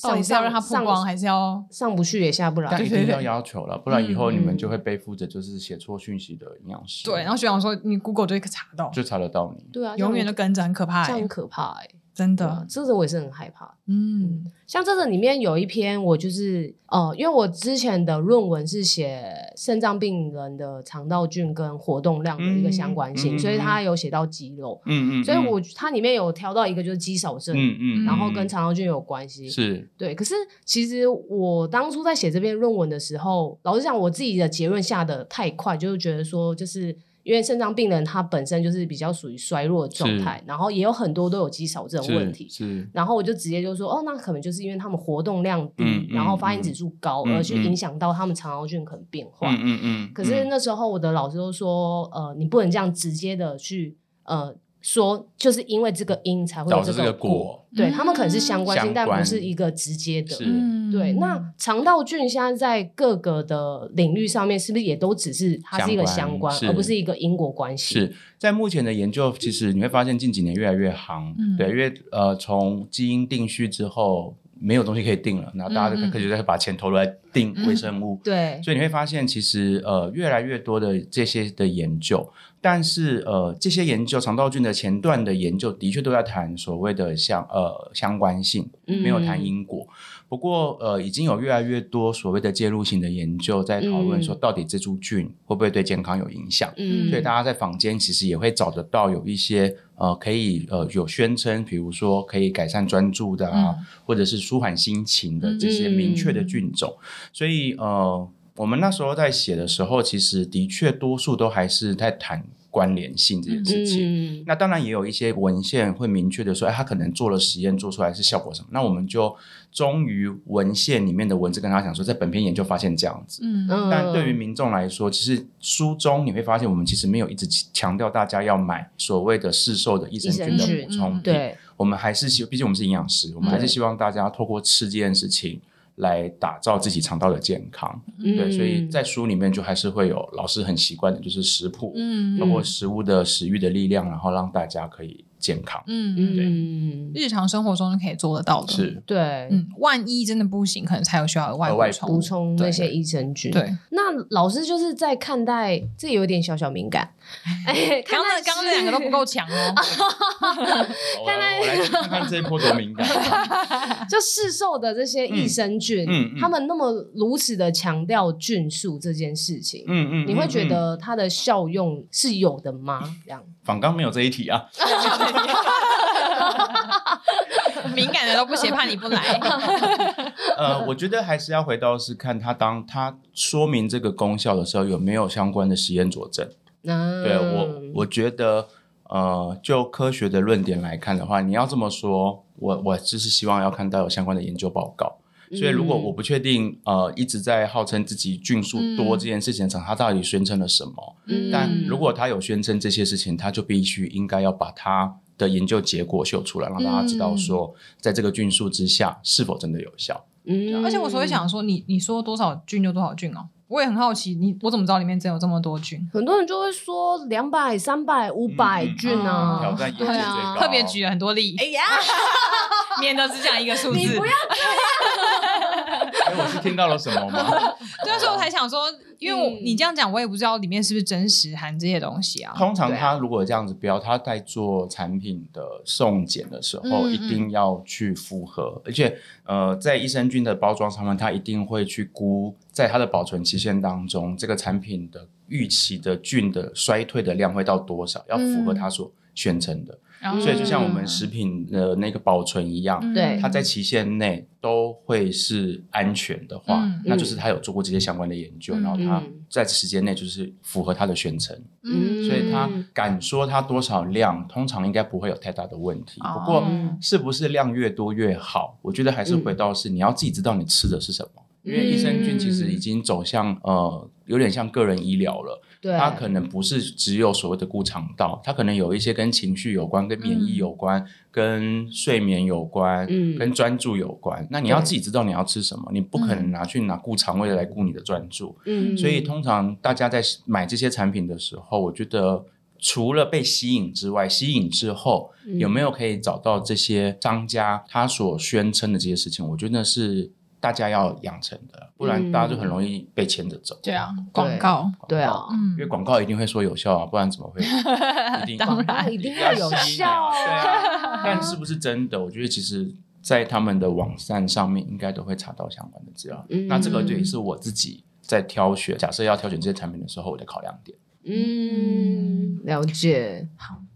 到底哦是要让他曝上光，还是要上不去也下不来，但一嗯对定对要要求了，不然以后嗯你们就会背负着就是写错讯息的营养师，对？然后学长说你 Google 就会查到，就查得到你。对啊，永远都的跟着，很可怕、这样欸很，可怕哎、欸，真对啊的，，这个我也是很害怕。嗯像这个里面有一篇，我就是呃，因为我之前的论文是写肾脏病人的肠道菌跟活动量的一个相关性，嗯嗯嗯所以它有写到肌肉，嗯嗯所以我它里面有挑到一个就是肌少症，嗯然后跟肠道菌有关系，是对，可是其实我当初在写这篇论文的时候，老实讲，我自己的结论下的太快，就是觉得说，就是因为肾脏病人他本身就是比较属于衰弱的状态，然后也有很多都有肌少症是问题。是然后我就直接就说，哦，那可能就是因为他们活动量低，嗯嗯然后发炎指数高，嗯而去嗯影响到他们肠道菌可能变化。嗯嗯嗯，可是嗯那时候我的老师都说，呃，你不能这样直接的去呃说，就是因为这个因才会有导致这个个果对他们可能是相关性，嗯但相不关是一个直接的。是嗯，对，那肠道菌现在在各个的领域上面，是不是也都只是它是一个相相关关，是而不是一个因果关系？是在目前的研究，其实你会发现近几年越来越行，嗯对，因为呃，从基因定序之后，没有东西可以定了，然后大家就嗯嗯开始在把钱投入来定微生物，嗯对，所以你会发现，其实呃，越来越多的这些的研究，但是呃，这些研究肠道菌的前段的研究，的确都在谈所谓的相呃相关性，嗯没有谈因果。不过呃，已经有越来越多所谓的介入性的研究在讨论说，嗯到底这株菌会不会对健康有影响？嗯，所以大家在坊间其实也会找得到有一些呃可以呃有宣称，比如说可以改善专注的啊，嗯或者是舒缓心情的这些明确的菌种。所以呃，我们那时候在写的时候，其实的确多数都还是在谈关联性这件事情。嗯，那当然也有一些文献会明确的说，哎，他可能做了实验，做出来是效果什么。那我们就忠于文献里面的文字跟他讲说，在本篇研究发现这样子。嗯嗯但对于民众来说，其实书中你会发现，我们其实没有一直强调大家要买所谓的市售的益生菌的补充益生菌嗯品。对，我们还是希，毕竟我们是营养师，我们还是希望大家透过吃这件事情来打造自己肠道的健康。对，嗯所以在书里面就还是会有老师很习惯的，就是食谱，嗯透过食物的食欲的力量，然后让大家可以健康。嗯，嗯，日常生活中就可以做得到的，，是，对，嗯，万一真的不行，可能才有需要额外额外补充，充那些益生菌。，对。那老师就是在看待，这有点小小敏感。哎， 刚看待刚那刚刚那两个都不够 强哦，我来我来看看这一波多敏 感。就市售的这些益生菌，嗯嗯嗯他们那么如此的强调菌数这件事情，嗯嗯，你会觉嗯嗯得它的效用是有的吗？这样，仿嗯纲没有这一题啊？敏感的都不写，怕你不来。嗯呃，我觉得还是要回到是看他当他说明这个功效的时候有没有相关的实验佐证。嗯，对我，我觉得呃，就科学的论点来看的话，你要这么说，我我就是希望要看到有相关的研究报告。嗯所以，如果我不确定，呃，一直在号称自己菌数多嗯这件事情上，他到底宣称了什么？嗯，但如果他有宣称这些事情，他就必须应该要把他的研究结果秀出来，让大家知道嗯说，在这个菌数之下是否真的有效。啊嗯，啊而且我所以想说，你你说多少菌就多少菌哦，我也很好奇，你我怎么知道里面真有这么多菌？很多人就会说两百、三百、五百嗯菌哦挑啊，战业界对最啊高，特别举了很多例， 哎呀，免得只讲一个数字。你不要，哎，我是听到了什 么吗？对，啊所以我才想说，因为我、嗯你这样讲，我也不知道里面是不是真实含这些东西啊。通常他如果这样子标，他在做产品的送检的时候，嗯一定要去符合，而且呃，在益生菌的包装上面，他一定会去估，在它的保存期限当嗯中，这个产品的预期的菌的衰退的量会到多少，要符合他所宣称的，然后所以就像我们食品的那个保存一样，嗯对它在期限内都会是安全的话，嗯那就是他有做过这些相关的研究，嗯然后他在时间内就是符合他的宣称，嗯所以他敢说他多少量，通常应该不会有太大的问题。哦嗯不过是不是量越多越好，我觉得还是回到是你要自己知道你吃的是什么。因为益生菌其实已经走向呃，有点像个人医疗了。对，它可能不是只有所谓的顾肠道，它可能有一些跟情绪有关、跟免疫有关、跟睡眠有关、嗯跟专注有关。那你要自己知道你要吃什么，你不可嗯能拿去拿顾肠胃来顾你的专注。嗯所以通常大家在买这些产品的时候，我觉得。除了被吸引之外，吸引之后嗯有没有可以找到这些商家他所宣称的这些事情？我觉得是大家要养成的，不然大家嗯就很容易被牵着走。对啊，广告，对啊，嗯因为广告一定会说有效啊，不然怎么会？一定当啊然一定要有效对啊。但是不是真的？我觉得其实，在他们的网站上面应该都会查到相关的资料。嗯那这个也是我自己在挑选，假设要挑选这些产品的时候，我的考量点。嗯，了解，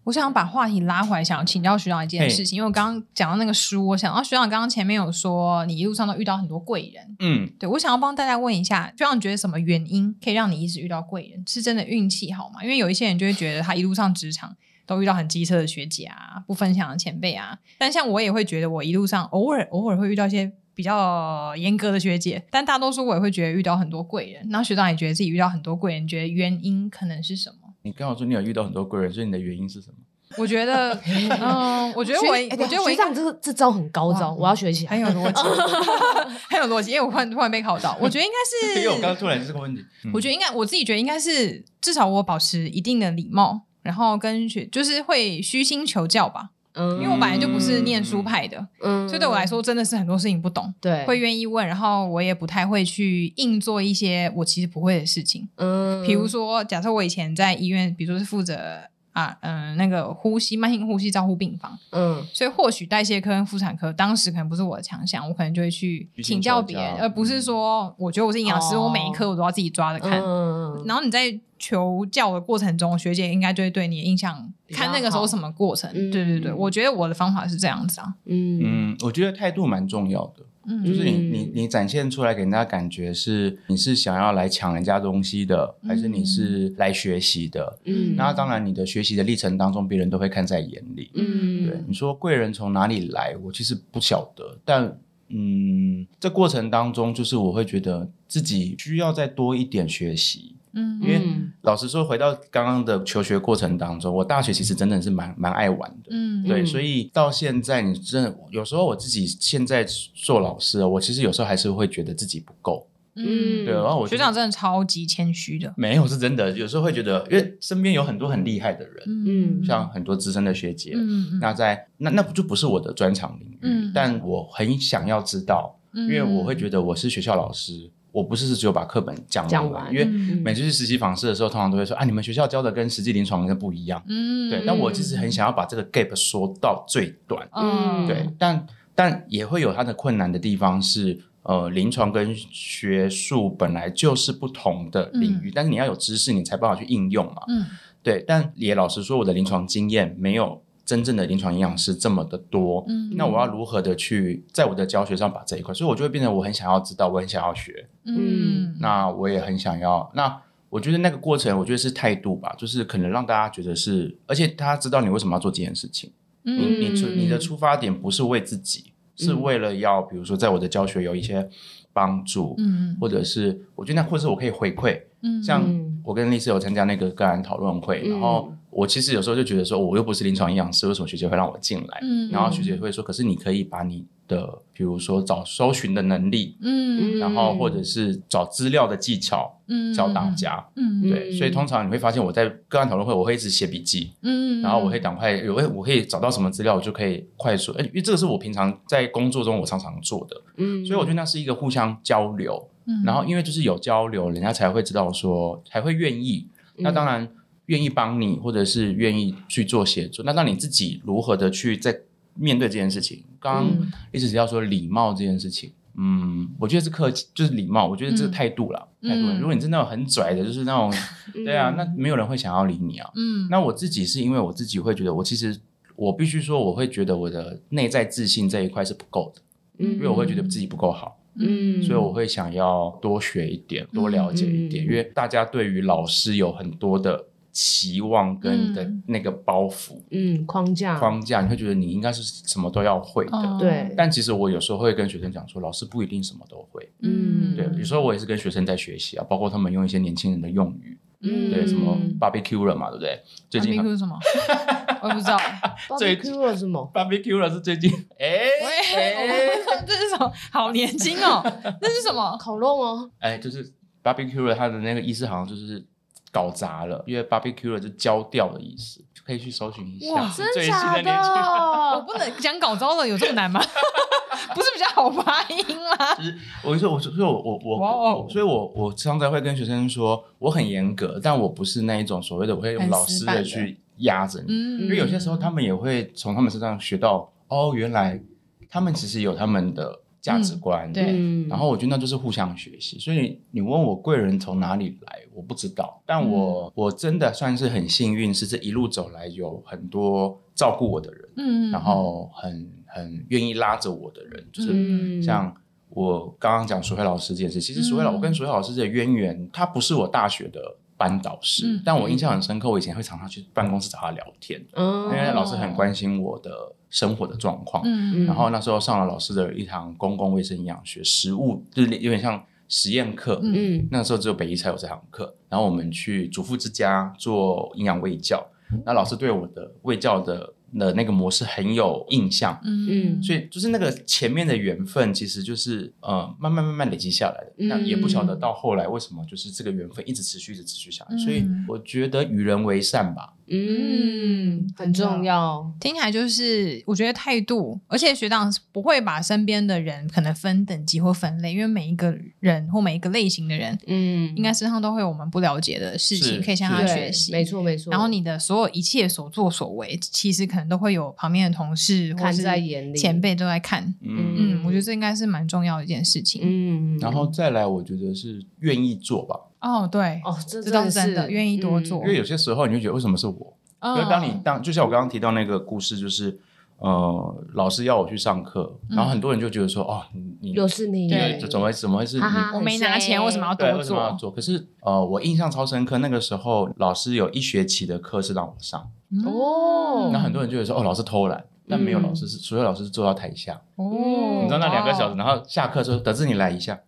我想把话题拉回来，想请教学长一件嘿事情，因为我刚刚讲到那个书，我想到哦学长刚刚前面有说，你一路上都遇到很多贵人，嗯，对我想要帮大家问一下，学长你觉得什么原因可以让你一直遇到贵人？是真的运气好吗？因为有一些人就会觉得他一路上职场都遇到很机车的学姐啊，不分享的前辈啊，但像我也会觉得我一路上偶尔偶尔会遇到一些。比较严格的学姐，但大多数我也会觉得遇到很多贵人。然后学长也觉得自己遇到很多贵人，觉得原因可能是什么？你刚好说你有遇到很多贵人，所以你的原因是什么？我觉得，嗯，我觉得我，学哎我觉得我学应该长这个这招很高招，哇我要学起很来。有逻辑，很有逻辑，因为我突然突然被考到，我觉得应该 因为我刚是，刚突然这个问题，嗯我觉得应该，我自己觉得应该是，至少我保持一定的礼貌，然后跟学就是会虚心求教吧，嗯因为我本来就不是念书派的，嗯所以对我来，说真的是很多事情不懂，对，会愿意问，然后我也不太会去硬做一些我其实不会的事情。嗯比如说，假设我以前在医院，比如说是负责啊，嗯、那个呼吸慢性呼吸照护病房，嗯所以或许代谢科跟妇产科当时可能不是我的强项，我可能就会去虚心请教求别人，教而不是说我觉得我是营养师，哦我每一科我都要自己抓着看。嗯然后你在求教的过程中，学姐应该就会对你的印象，比较看那个时候什么过程。嗯对对对，我觉得我的方法是这样子啊。嗯嗯，我觉得态度蛮重要的。嗯，就是你嗯你你展现出来给人家感觉是你是想要来抢人家东西的，还是你是来学习的？嗯，那当然，你的学习的历程当中，别人都会看在眼里。嗯对，你说贵人从哪里来？我其实不晓得，但嗯，这过程当中，就是我会觉得自己需要再多一点学习。嗯，因为嗯老实说，回到刚刚的求学过程当中，我大学其实真的是蛮蛮爱玩的。嗯，对，嗯所以到现在，你真的有时候我自己现在做老师哦，我其实有时候还是会觉得自己不够。嗯，对，然后我学就长真的超级谦虚的。没有是真的，有时候会觉得，因为身边有很多很厉害的人，嗯像很多资深的学姐，嗯嗯，那在那那不就不是我的专长领域，嗯但我很想要知道，因为我会觉得我是学校老师，我不是只有把课本讲完，讲完因为嗯每次去实习访视的时候，通常都会说啊，你们学校教的跟实际临床的不一样，嗯，对，但我其实很想要把这个 gap 缩到最短。嗯对，但但也会有它的困难的地方是，呃，临床跟学术本来就是不同的领域，但是你要有知识，你才办法去应用嘛。嗯对，但也老实说，我的临床经验没有真正的临床营养师这么的多。嗯那我要如何的去在我的教学上把这一块，所以我就会变成我很想要知道，我很想要学，嗯，那我也很想要那。我觉得那个过程，我觉得是态度吧，就是可能让大家觉得是，而且他知道你为什么要做这件事情。你嗯你出你的出发点不是为自己，是为了要比如说在我的教学有一些帮助，嗯或者是我觉得那或者是我可以回馈，嗯像嗯我跟丽丝有参加那个个案讨论会，嗯然后我其实有时候就觉得说我又不是临床营养师，为什么学姐会让我进来？嗯然后学姐会说，可是你可以把你的比如说找搜寻的能力，嗯然后或者是找资料的技巧嗯教大家。嗯对，所以通常你会发现我在个案讨论会，我会一直写笔记，嗯，然后我会赶快有哎我可以找到什么资料，我就可以快速，呃因为这个是我平常在工作中我常常做的，嗯所以我觉得那是一个互相交流。嗯然后因为就是有交流，人家才会知道说，才会愿意。嗯那当然愿意帮你，或者是愿意去做协助。那让你自嗯己如何的去在面对这件事情？刚刚一直提到说礼貌这件事情，嗯，我觉得是客气，就是礼貌，我觉得这个嗯态度啦，态度。嗯如果你真的很拽的，就是那种，嗯对啊，那没有人会想要理你啊。嗯，那我自己是因为我自己会觉得，我其实我必须说，我会觉得我的内在自信这一块是不够的，因为我会觉得自己不够好，嗯所以我会想要多学一点，多了解一点，嗯因为大家对于老师有很多的期望跟的嗯那个包袱、嗯框架框架，你会觉得你应该是什么都要会的。哦对但其实我有时候会跟学生讲说，老师不一定什么都会。嗯对，有时候我也是跟学生在学习啊，包括他们用一些年轻人的用语，嗯对，什么嗯 barbecue 了嘛，对不对？最近啊很，Miku 是什 么？我也不知道。最 barbecue 了什么？ barbecue 了是最近， 哎 哎喂， 这是什么？好年轻 哦！这是什么？烤肉吗？哎，就是 barbecue 了，它的那个意思好像就是搞砸了，因为 barbecue 了是焦掉的意思，可以去搜寻一下哇真最新假的年轻 人。我的？不能讲搞糟了，有这么难吗？ 不是比较好发音吗？我就说，我就所以我我哇我哦我，所以我我常常会跟学生说，我很严格，但我不是那一种所谓的我会用很老死师板的的去压着你，嗯，因为有些时候他们也会从他们身上学到，哦，原来他们其实有他们的价值观， 对嗯然后我觉得那就是互相学习，所以你问我贵人从哪里来，我不知道，但我、嗯我真的算是很幸运，是这一路走来有很多照顾我的人，嗯，然后很很愿意拉着我的人，就是嗯像我刚刚讲苏慧老师这件事，其实苏慧老、嗯我跟苏慧老师的渊源，他不是我大学的班导师，嗯但我印象很深刻，我以前会常常去办公室找他聊天，哦因为嗯老师很关心我的生活的状况，嗯，然后那时候上了老师的一堂公共卫生营养学实务，就是有点像实验课。嗯嗯那时候只有北医才有这堂课，然后我们去主妇之家做营养卫教，嗯那老师对我的卫教的的那个模式很有印象，嗯，所以就是那个前面的缘分，其实就是呃慢慢慢慢累积下来的。嗯那也不晓得到后来为什么就是这个缘分一直持续一直持续下来，嗯所以我觉得与人为善吧，嗯，很重要。听起来就是，我觉得态度，而且学长是不会把身边的人可能分等级或分类，因为每一个人或每一个类型的人，嗯，应该身上都会有我们不了解的事情，是可以向他对学习。没错没错。然后你的所有一切所作所为，其实可能都会有旁边的同事或看是在眼里前辈都在看。嗯嗯，我觉得这应该是蛮重要的一件事情。嗯，然后再来，我觉得是愿意做吧，哦，对，哦，这这倒是真的，是愿意多嗯做因。为有些时候你就觉得为什么是我？因为哦当你当就像我刚刚提到那个故事，就是呃，老师要我去上课，然后很多人就觉得说，哦，你又你是你，嗯对就怎么会怎么会是你哈哈我没拿钱，为什么要对多为什么要做？做？可是呃，我印象超深刻，那个时候老师有一学期的课是让我上，嗯哦那很多人就会说，哦，老师偷懒。但没有嗯老师是，所有老师是坐到台下，哦，嗯你知道那两个小哇时，然后下课之后，德智你来一下，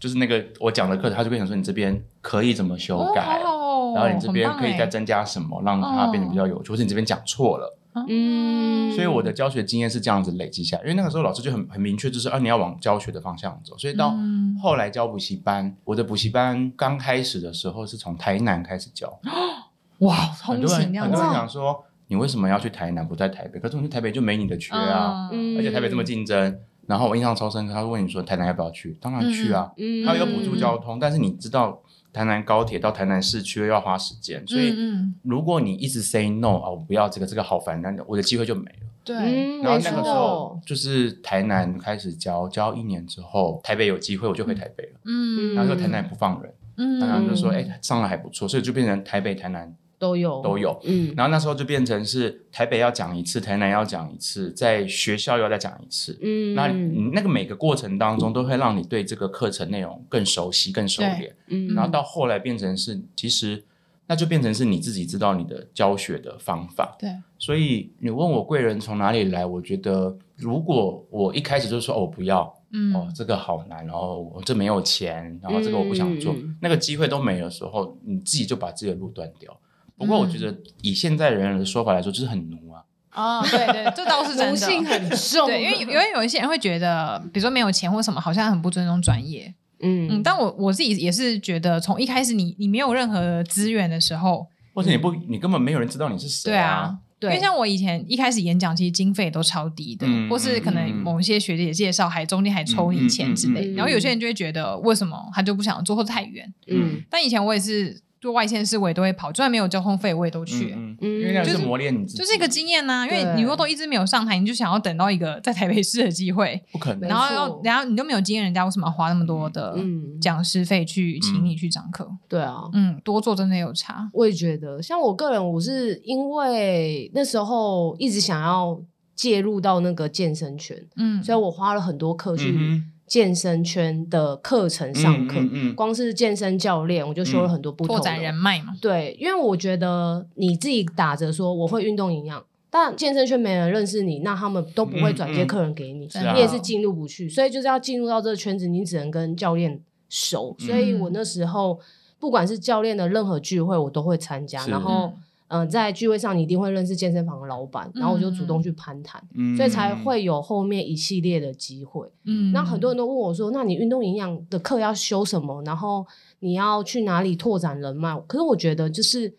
就是那个我讲的课，他就跟你说你这边可以怎么修哦，改，好好哦然后你这边可以再很棒嗯增加什么，让它变得比较有趣，或者你这边讲错了。嗯，所以我的教学经验是这样子累积下来，因为那个时候老师就很很明确，就是啊你要往教学的方向走。所以到嗯后来教补习班，我的补习班刚开始的时候是从台南开始教，欸哇，很通多勤人这样很多子哦人讲说你为什么要去台南不在台北？可是我去台北就没你的缺啊，嗯而且台北这么竞争。然后我印象超深刻，他问你说台南要不要去？当然去啊，嗯，他有补助交通，但是你知道台南高铁到台南市区要花时间，所以。嗯嗯如果你一直 say no 啊，我不要这个，这个好烦，那我的机会就没了。对，嗯，然后没那个时候错，哦就是台南开始教，教一年之后，台北有机会我就回台北了。嗯然后说台南也不放人，嗯然后就说嗯哎、上来还不错，所以就变成台北、台南都有都，有。嗯然后那时候就变成是台北要讲一次，台南要讲一次，在学校要再讲一次。嗯，那你那个每个过程当中，都会让你对这个课程内容更熟悉、更熟对嗯练。嗯然后到后来变成是，其实那就变成是你自己知道你的教学的方法。对，所以你问我贵人从哪里来，我觉得如果我一开始就说哦我不要，哦嗯这个好难，然后我这没有钱，然后这个我不想做，嗯嗯嗯那个机会都没有的时候，你自己就把自己的路断掉。不过我觉嗯得以现在人的说法来说，就是很奴啊，啊，对对，这倒是真奴性的。 很重，对，因为有因为有一些人会觉得，比如说没有钱或什么，好像很不尊重专业。嗯，嗯，但我我自己也是觉得，从一开始你你没有任何资源的时候，或者你不你根本没有人知道你是嗯谁对啊，因对，为像我以前一开始演讲，其实经费都超低的，嗯或是可能某一些学姐介绍，还中间还抽你钱之嗯类。嗯嗯嗯然后有些人就会觉得，为什么他就不想做，或者太远。嗯但以前我也是做外县市我也都会跑，就算没有交通费我也都去。嗯，嗯嗯因为那就是是磨练你自己，就是一个经验呐、因为对你如果都一直没有上台，你就想要等到一个在台北市的机会，不可没错能然后要，然后你都没有经验，人家为什么要花那么多的嗯，讲师费去请你去上课？对啊，嗯，多做真的有差。我也觉得，像我个人，我是因为那时候一直想要介入到那个健身圈，嗯，所以我花了很多课去嗯健身圈的课程哼上课。嗯嗯嗯光是健身教练，我就修了很多不同拓的展人脉嘛。对，因为我觉得你自己打着说我会运动营养，但健身圈没人认识你，那他们都不会转接客人给你，嗯嗯你也是进入不去。所以就是要进入到这个圈子，你只能跟教练熟。所以我那时候不管是教练的任何聚会，我都会参加。是然后，嗯、在聚会上你一定会认识健身房的老板，然后我就主动去攀谈，嗯所以才会有后面一系列的机会。嗯，那很多人都问我说：“那你运动营养的课要修什么？然后你要去哪里拓展人脉？”可是我觉得，就是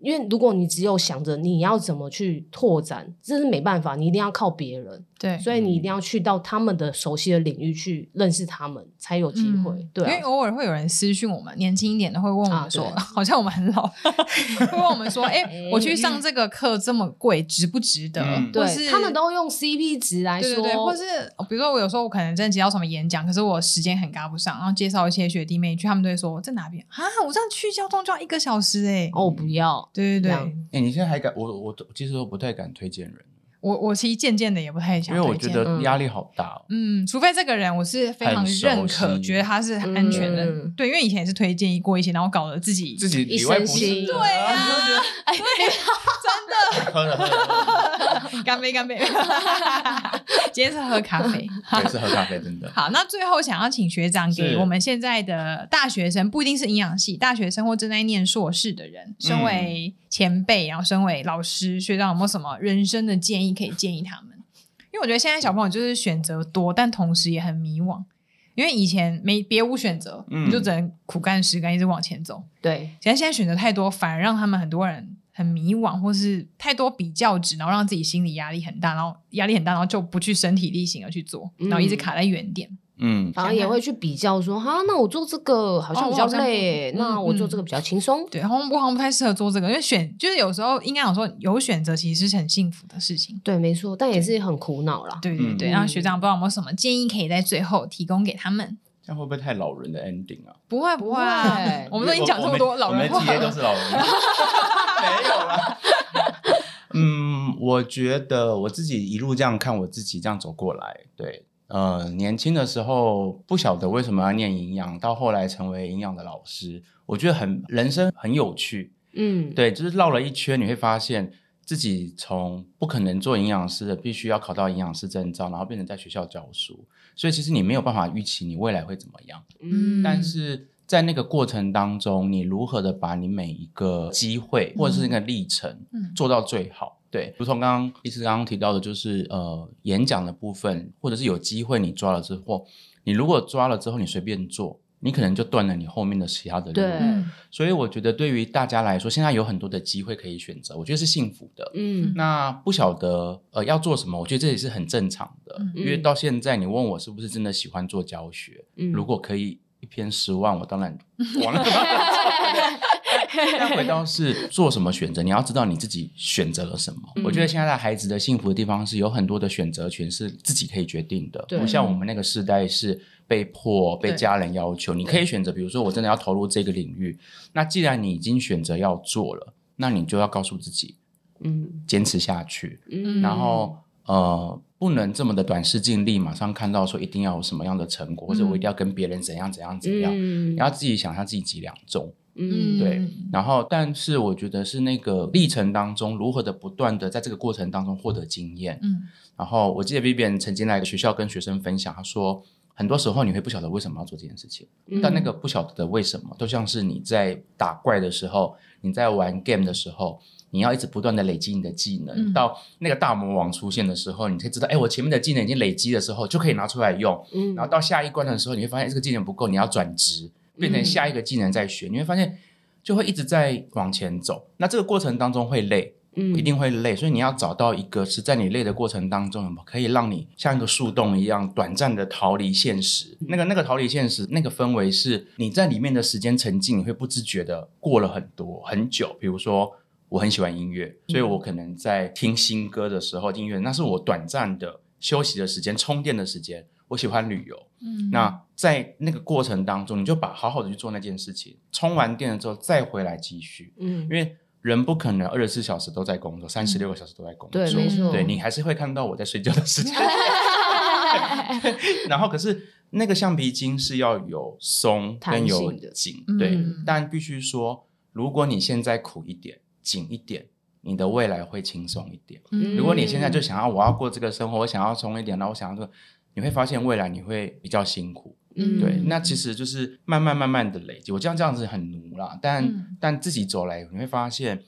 因为如果你只有想着你要怎么去拓展，这是没办法，你一定要靠别人，对，所以你一定要去到他们的熟悉的领域去认识他们，才有机会。嗯对、因为啊，偶尔会有人私讯我们，年轻一点的会问我啊们说，对 嗯好像我们很老，会问我 们说，哎、我去上这个课这么贵，值不值得？嗯或对是他们都用 CP 值来对说，对对，或是哦比如说我有时候我可能真的接到什么演讲，可是我时间很赶不上，然后介绍一些学弟妹去，他们都会说在哪边啊？我这样去交通就要一个小时哎、哦，我不要，对对这对样，哎，你现在还敢我我其实我不太敢推荐人，我我其实渐渐的也不太因想为推荐，我觉得嗯压力好大哦。嗯，除非这个人我是非常很熟认可，悉觉得他是安全的，嗯对，因为以前也是推荐过一些，然后搞得自 己自己一里外身不是腥人，对啊哎，喝了喝了，干杯干杯， 今天是喝咖啡。喝了对，是喝咖啡，真的。好，那最后想要请学长给是我们现在的大学生，不一定是营养系大学生或正在念硕士的人，嗯身为前辈，然后身为老师，学长有没有什么人生的建议可以建议他们？因为我觉得现在小朋友就是选择多，但同时也很迷惘，因为以前没别无选择，嗯你就只能苦干实干，一直往前走。对，现在现在选择太多，反而让他们很多人很迷惘，或是太多比较值，然后让自己心理压力很大，然后压力很大，然后就不去身体力行的去做，嗯然后一直卡在原点。嗯，反而也会去比较说，哈，那我做这个好像哦比较我好像累，嗯那我做这个比较轻松。对，然后我好像不太适合做这个，因为选就是有时候应该讲说有选择其实是很幸福的事情。对，没错，但也是很苦恼啦。对对对，嗯然后学长不知道有没有什么建议可以在最后提供给他们？这样会不会太老人的 ending 啊？不会不会啊，不会我们都已经讲这么多老人我话们几页都了，是 老人，没有啦。 嗯，我觉得我自己一路这样看我自己这样走过来，对，呃，年轻的时候不晓得为什么要念营养，到后来成为营养的老师，我觉得很人生很有趣，嗯，对，就是绕了一圈，你会发现自己从不可能做营养师的，必须要考到营养师证照，然后变成在学校教书，所以其实你没有办法预期你未来会怎么样。嗯，但是在那个过程当中，你如何的把你每一个机会或者是那个历程嗯做到最好？对，如同刚刚医师刚刚提到的，就是呃演讲的部分，或者是有机会你抓了之后，你如果抓了之后你随便做，你可能就断了你后面的其他的对路。嗯所以我觉得对于大家来说，现在有很多的机会可以选择，我觉得是幸福的。嗯，那不晓得呃要做什么，我觉得这也是很正常的，嗯因为到现在你问我是不是真的喜欢做教学，嗯如果可以一篇十万，我当然往那边。 但回到是做什么选择，你要知道你自己选择了什么。嗯我觉得现在的孩子的幸福的地方是有很多的选择权是自己可以决定的，对不像我们那个时代是被迫被对家人要求，你可以选择，比如说我真的要投入这个领域，那既然你已经选择要做了，那你就要告诉自己嗯坚持下去。嗯，然后呃，不能这么的短视近利，马上看到说一定要有什么样的成果，或者我一定要跟别人怎样怎样怎样，嗯你要自己想象自己几两重。嗯对嗯然后，但是我觉得是那个历程当中，如何的不断的在这个过程当中获得经验。嗯然后我记得 Vivian 曾经来学校跟学生分享，他说。很多时候你会不晓得为什么要做这件事情，嗯但那个不晓得的为什么，都像是你在打怪的时候，你在玩 game 的时候，你要一直不断的累积你的技能，嗯到那个大魔王出现的时候，你才知道，哎，我前面的技能已经累积的时候，就可以拿出来用。嗯然后到下一关的时候，你会发现这个技能不够，你要转职，变嗯成下一个技能再学，你会发现就会一直在往前走。那这个过程当中会累，嗯一定会累，所以你要找到一个是在你累的过程当中，可以让你像一个树洞一样短暂的逃离现实。那个那个逃离现实，那个氛围是你在里面的时间沉浸，你会不自觉的过了很多很久。比如说，我很喜欢音乐，所以我可能在听新歌的时候，音乐那是我短暂的休息的时间、充电的时间。我喜欢旅游，嗯那在那个过程当中，你就把好好的去做那件事情，充完电了之后再回来继续。嗯因，为人不可能二十四小时都在工作，三十六个小时都在工作，对，没错，对你还是会看到我在睡觉的 时间。然后可是那个橡皮筋是要有松跟有弹性的紧，嗯对，但必须说，如果你现在苦一点、紧一点，你的未来会轻松一点。嗯如果你现在就想要我要过这个生活，我想要松一点，然后我想要这个，你会发现未来你会比较辛苦。嗯对，那其实就是慢慢慢慢的累积。我这样这样子很奴啦，但、嗯但自己走来，你会发现，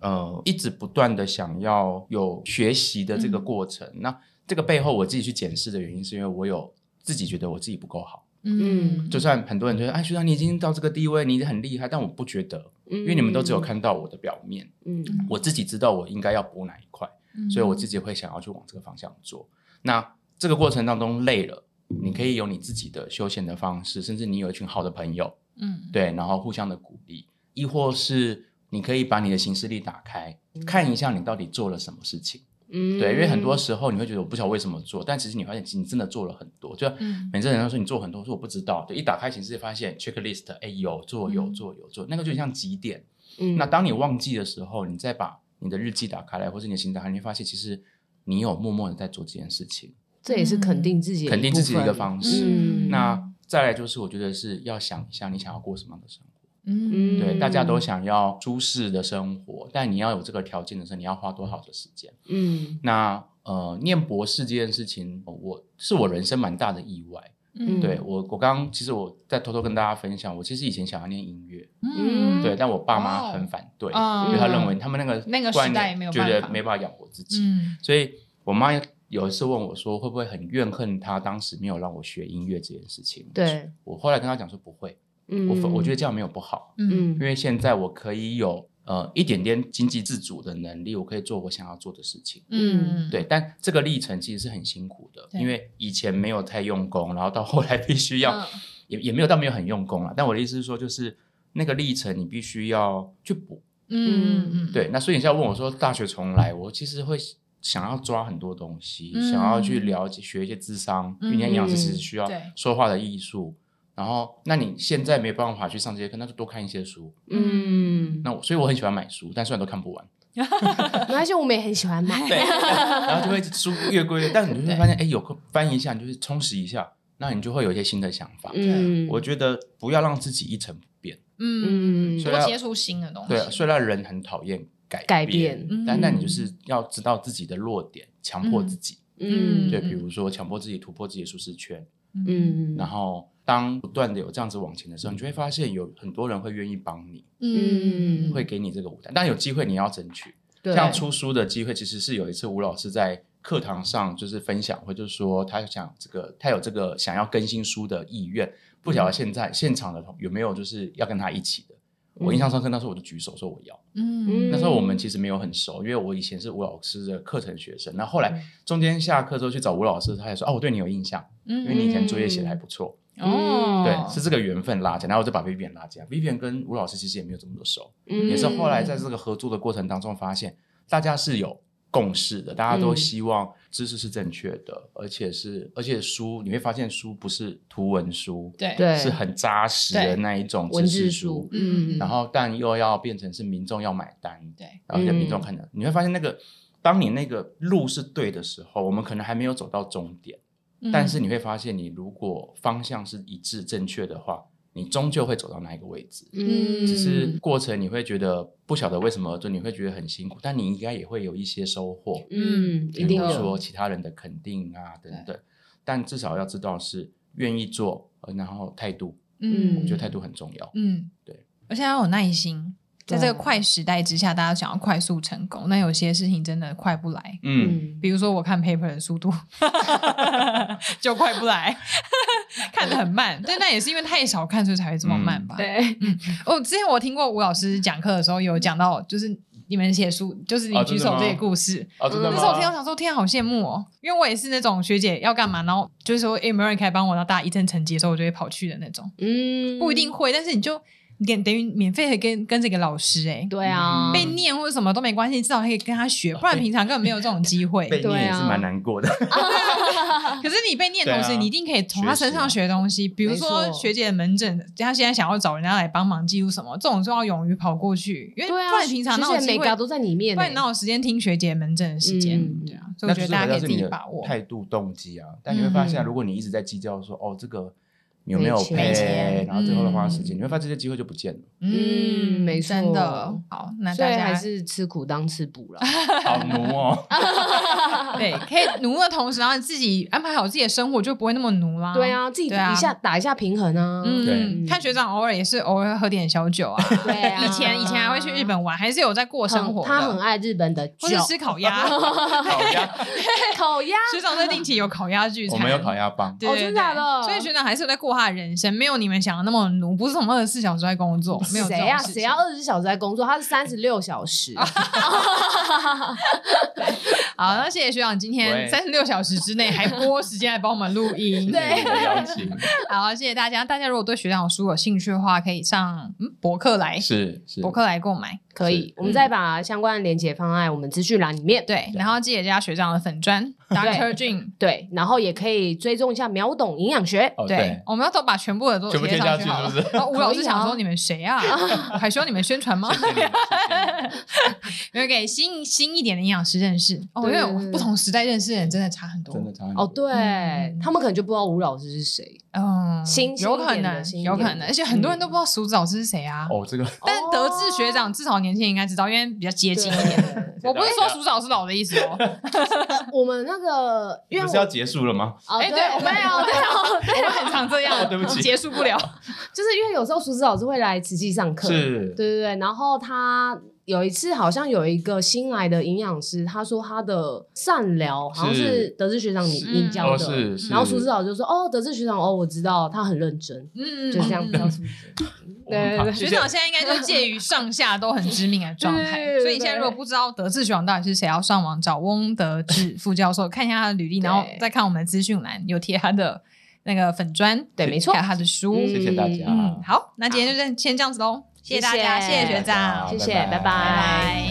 呃，一直不断的想要有学习的这个过程。嗯那这个背后我自己去检视的原因，是因为我有自己觉得我自己不够好。嗯就算很多人觉得，哎，学长你已经到这个地位，你已经很厉害，但我不觉得，因因为你们都只有，看到我的表面，嗯我自己知道我应该要补哪一块。嗯所以我自己会想要去往这个方向做。那这个过程当中累了，你可以有你自己的休闲的方式，甚至你有一群好的朋友，嗯对，然后互相的鼓励，亦或是你可以把你的行事历打开，看一下你到底做了什么事情。嗯对，因为很多时候你会觉得我不晓得为什么做，但其实你发现其实你真的做了很多。就嗯每次人家说你做很多，我说我不知道，对，一打开行事历发现 checklist，哎，有做有做有做，那个就很像几点。嗯那当你忘记的时候，你再把你的日记打开来，或是你的行打开来，你会发现其实你有默默的在做这件事情，这也是肯定自己的肯定自己的一个部分方式。嗯那再来就是，我觉得是要想一下你想要过什么样的生活。嗯对，大家都嗯想要舒适的生活，但你要有这个条件的时候，你要花多少的时间？嗯那呃，念博士这件事情，我是我人生蛮大的意外。嗯对我，我刚刚其实我在偷偷跟大家分享，我其实以前想要念音乐，嗯对，但我爸妈哇哦很反对，啊因为他认为他们那个那个时观念代没有觉办得法没办法养活自己，嗯所以我妈有一次问我说，会不会很怨恨她当时没有让我学音乐这件事情？对，我后来跟她讲说不会，嗯我我觉得这样没有不好，嗯嗯因为现在我可以有呃一点点经济自主的能力，我可以做我想要做的事情。嗯，对，但这个历程其实是很辛苦的，对因为以前没有太用功，然后到后来必须要、嗯也也没有到没有很用功了。但我的意思是说，就是那个历程你必须要去补。嗯嗯对，那所以你现在问我说大学重来，我其实会想要抓很多东西，嗯想要去了解学一些智商，嗯因为你看营养师其实需要对说话的艺术。然后，那你现在没办法去上这些课，那就多看一些书。嗯，那我所以我很喜欢买书，但虽然都看不完，没关系，我们也很喜欢 买，对，然后就会一直书越归越，但你就会对发现，哎，有空翻一下，你就是充实一下，那你就会有一些新的想法。嗯，我觉得不要让自己一成不变，嗯，嗯所以多接触新的东西， 对啊，虽然人很讨厌改改变，变但但你就嗯是要知道自己的弱点，强迫自己。嗯对，嗯比如说强迫自己突破自己的舒适圈，嗯，然后当不断的有这样子往前的时候，你就会发现有很多人会愿意帮你，嗯会给你这个舞台。但有机会你要争取，对像出书的机会，其实是有一次吴老师在课堂上就是分享，或者说他想这个他有这个想要更新书的意愿，不嗯晓得现在现场的同有没有就是要跟他一起的。我印象深刻，那时候我就举手说我要。嗯那时候我们其实没有很熟，因为我以前是吴老师的课程学生。那后嗯来中间下课之后去找吴老师，他也说：“哦，我对你有印象。”因为嗯你以前作业写的还不错，哦，对，是这个缘分拉起来，然后我就把 Vivian 拉进来。Vivian 跟吴老师其实也没有这么多熟，嗯也是后来在这个合作的过程当中发现，大家是有共识的，大家都嗯希望知识是正确的，而且是而且书你会发现书不是图文书，对对是很扎实的对那一种文知字识书，嗯然后但又要变成是民众要买单，对，然后给民众嗯看的，你会发现那个。当你那个路是对的时候，我们可能还没有走到终点，嗯嗯但是你会发现，你如果方向是一致正确的话，你终究会走到那一个位置。嗯，只是过程你会觉得不晓得为什么，就你会觉得很辛苦，但你应该也会有一些收获，嗯，一比定如有说其他人的肯定啊等等。但至少要知道是愿意做，呃然后态度，嗯我觉得态度很重要。嗯，对，而且要有耐心。在这个对快时代之下，大家想要快速成功，那有些事情真的快不来。嗯，比如说，我看 paper 的 速度 就快不来， 看得很慢。但那也是因为太少看，所以才会这么慢吧？嗯对，哦，之前我听过吴老师讲课的时候有讲到，就是你们写书，就是你啊举真的手这些吗故事。哦，真的那吗？时候我听，我想说，天啊，好羡慕哦！因为我也是那种学姐要干嘛，然后就是说，哎、有没有人可以帮我？然后大家一阵成绩的时候，我就会跑去的那种。嗯，不一定会，但是你就你等等于免费可以跟跟着一个老师、哎，嗯对啊，被念或者什么都没关系，至少可以跟他学，不然平常根本没有这种机会。 被对念也是啊蛮难过的。可是你被念的同时，对啊啊你一定可以从他身上学东西，比如说没错学姐的门诊，他现在想要找人家来帮忙记录什么，这种就要勇于跑过去，因为不对啊，然平常学哪有姐机每会个，都在里面不欸、然哪有时间听学姐门诊的时间？嗯对啊，所以那我就觉是得大家可以回到自是你己的把握。态度、动机啊。但你会发现，嗯如果你一直在计较说，哦，这个有没有没钱没配，钱然后最后的花时间，嗯你会发现这些机会就不见了。嗯没错真的好，那所大以家还是吃苦当吃补了。好 奴哦，对，可以奴的同时，然后你自己安排好自己的生活，就不会那么奴啦。对，啊，自己 对啊一下、打一下平衡啊。嗯，对看学长偶尔也是偶尔喝点小酒啊。对啊， 以前以前还会去日本玩，还是有在过生活很他很的，爱日本的 或酒是，吃烤 鸭。哦烤鸭，烤鸭。学长在定期有烤鸭 聚餐，我们有烤。鸭帮。对哦对对真的假的所以学长还是有在过他的人生，没有你们想的那么奴，不是什么二十四小时在工作，没有这 谁种呀、啊？事情谁要二十小时在工作？他是三十六小 时。好，那谢谢学长今天喂三十六小时之内还拨时间来帮我们录音。对你的邀请 好，谢谢大家。大家如果对学长的书有兴趣的话，可以上嗯博客来，是是，博客来购买。可以是，我们嗯再把相关的连接放在我们资讯栏里面。对，然后记得加学长的粉砖 Doctor Jun。对，然后也可以追踪一下秒懂营养学。哦对对，，我们要都把全部的都全部贴贴上下去好了。是不是然后吴老师可以想啊说你们谁啊？我还需要你们宣传 吗？谢谢你们谢谢你们没有给新新一点的营养师认识哦，因对为我不同时代认识的人真的差很 多。真的，差很多哦，对、嗯他们可能就不知道吴老师是谁，嗯，新有可新一点能的新，一有点的可能，而且很多人都不知道鼠子老师是谁啊。哦，这个但德智学长至少年轻人应该知道，因为比较接哦近一点。点。我不是说鼠子老师老的意思哦，我们那个，因为不我是要结束了吗？哦，哎对，对啊我没有， 对哦，我们很常这样，对不起结束不了。就是因为有时候熟子老师会来慈济上课，是对，对对，然后他。有一次，好像有一个新来的营养师，他说他的善疗好像是是德智学长你是你教哦的，是，是然后苏指导就说：“哦，德智学长，哦，我知道，他很认真，嗯，就这样比较嗯苏指。”对对对，学长现在应该就介于上下都很知名的状对态，对对所以你现在如果不知道德智学长到底是谁，要上网找翁德智副教授看一下他的履历，然后再看我们的资讯栏有贴他的那个粉砖，对没错还有他的书。嗯谢谢大家，嗯，好，那今天就这先这样子喽，谢谢大家，谢谢谢谢学长，谢谢谢，谢拜拜拜拜。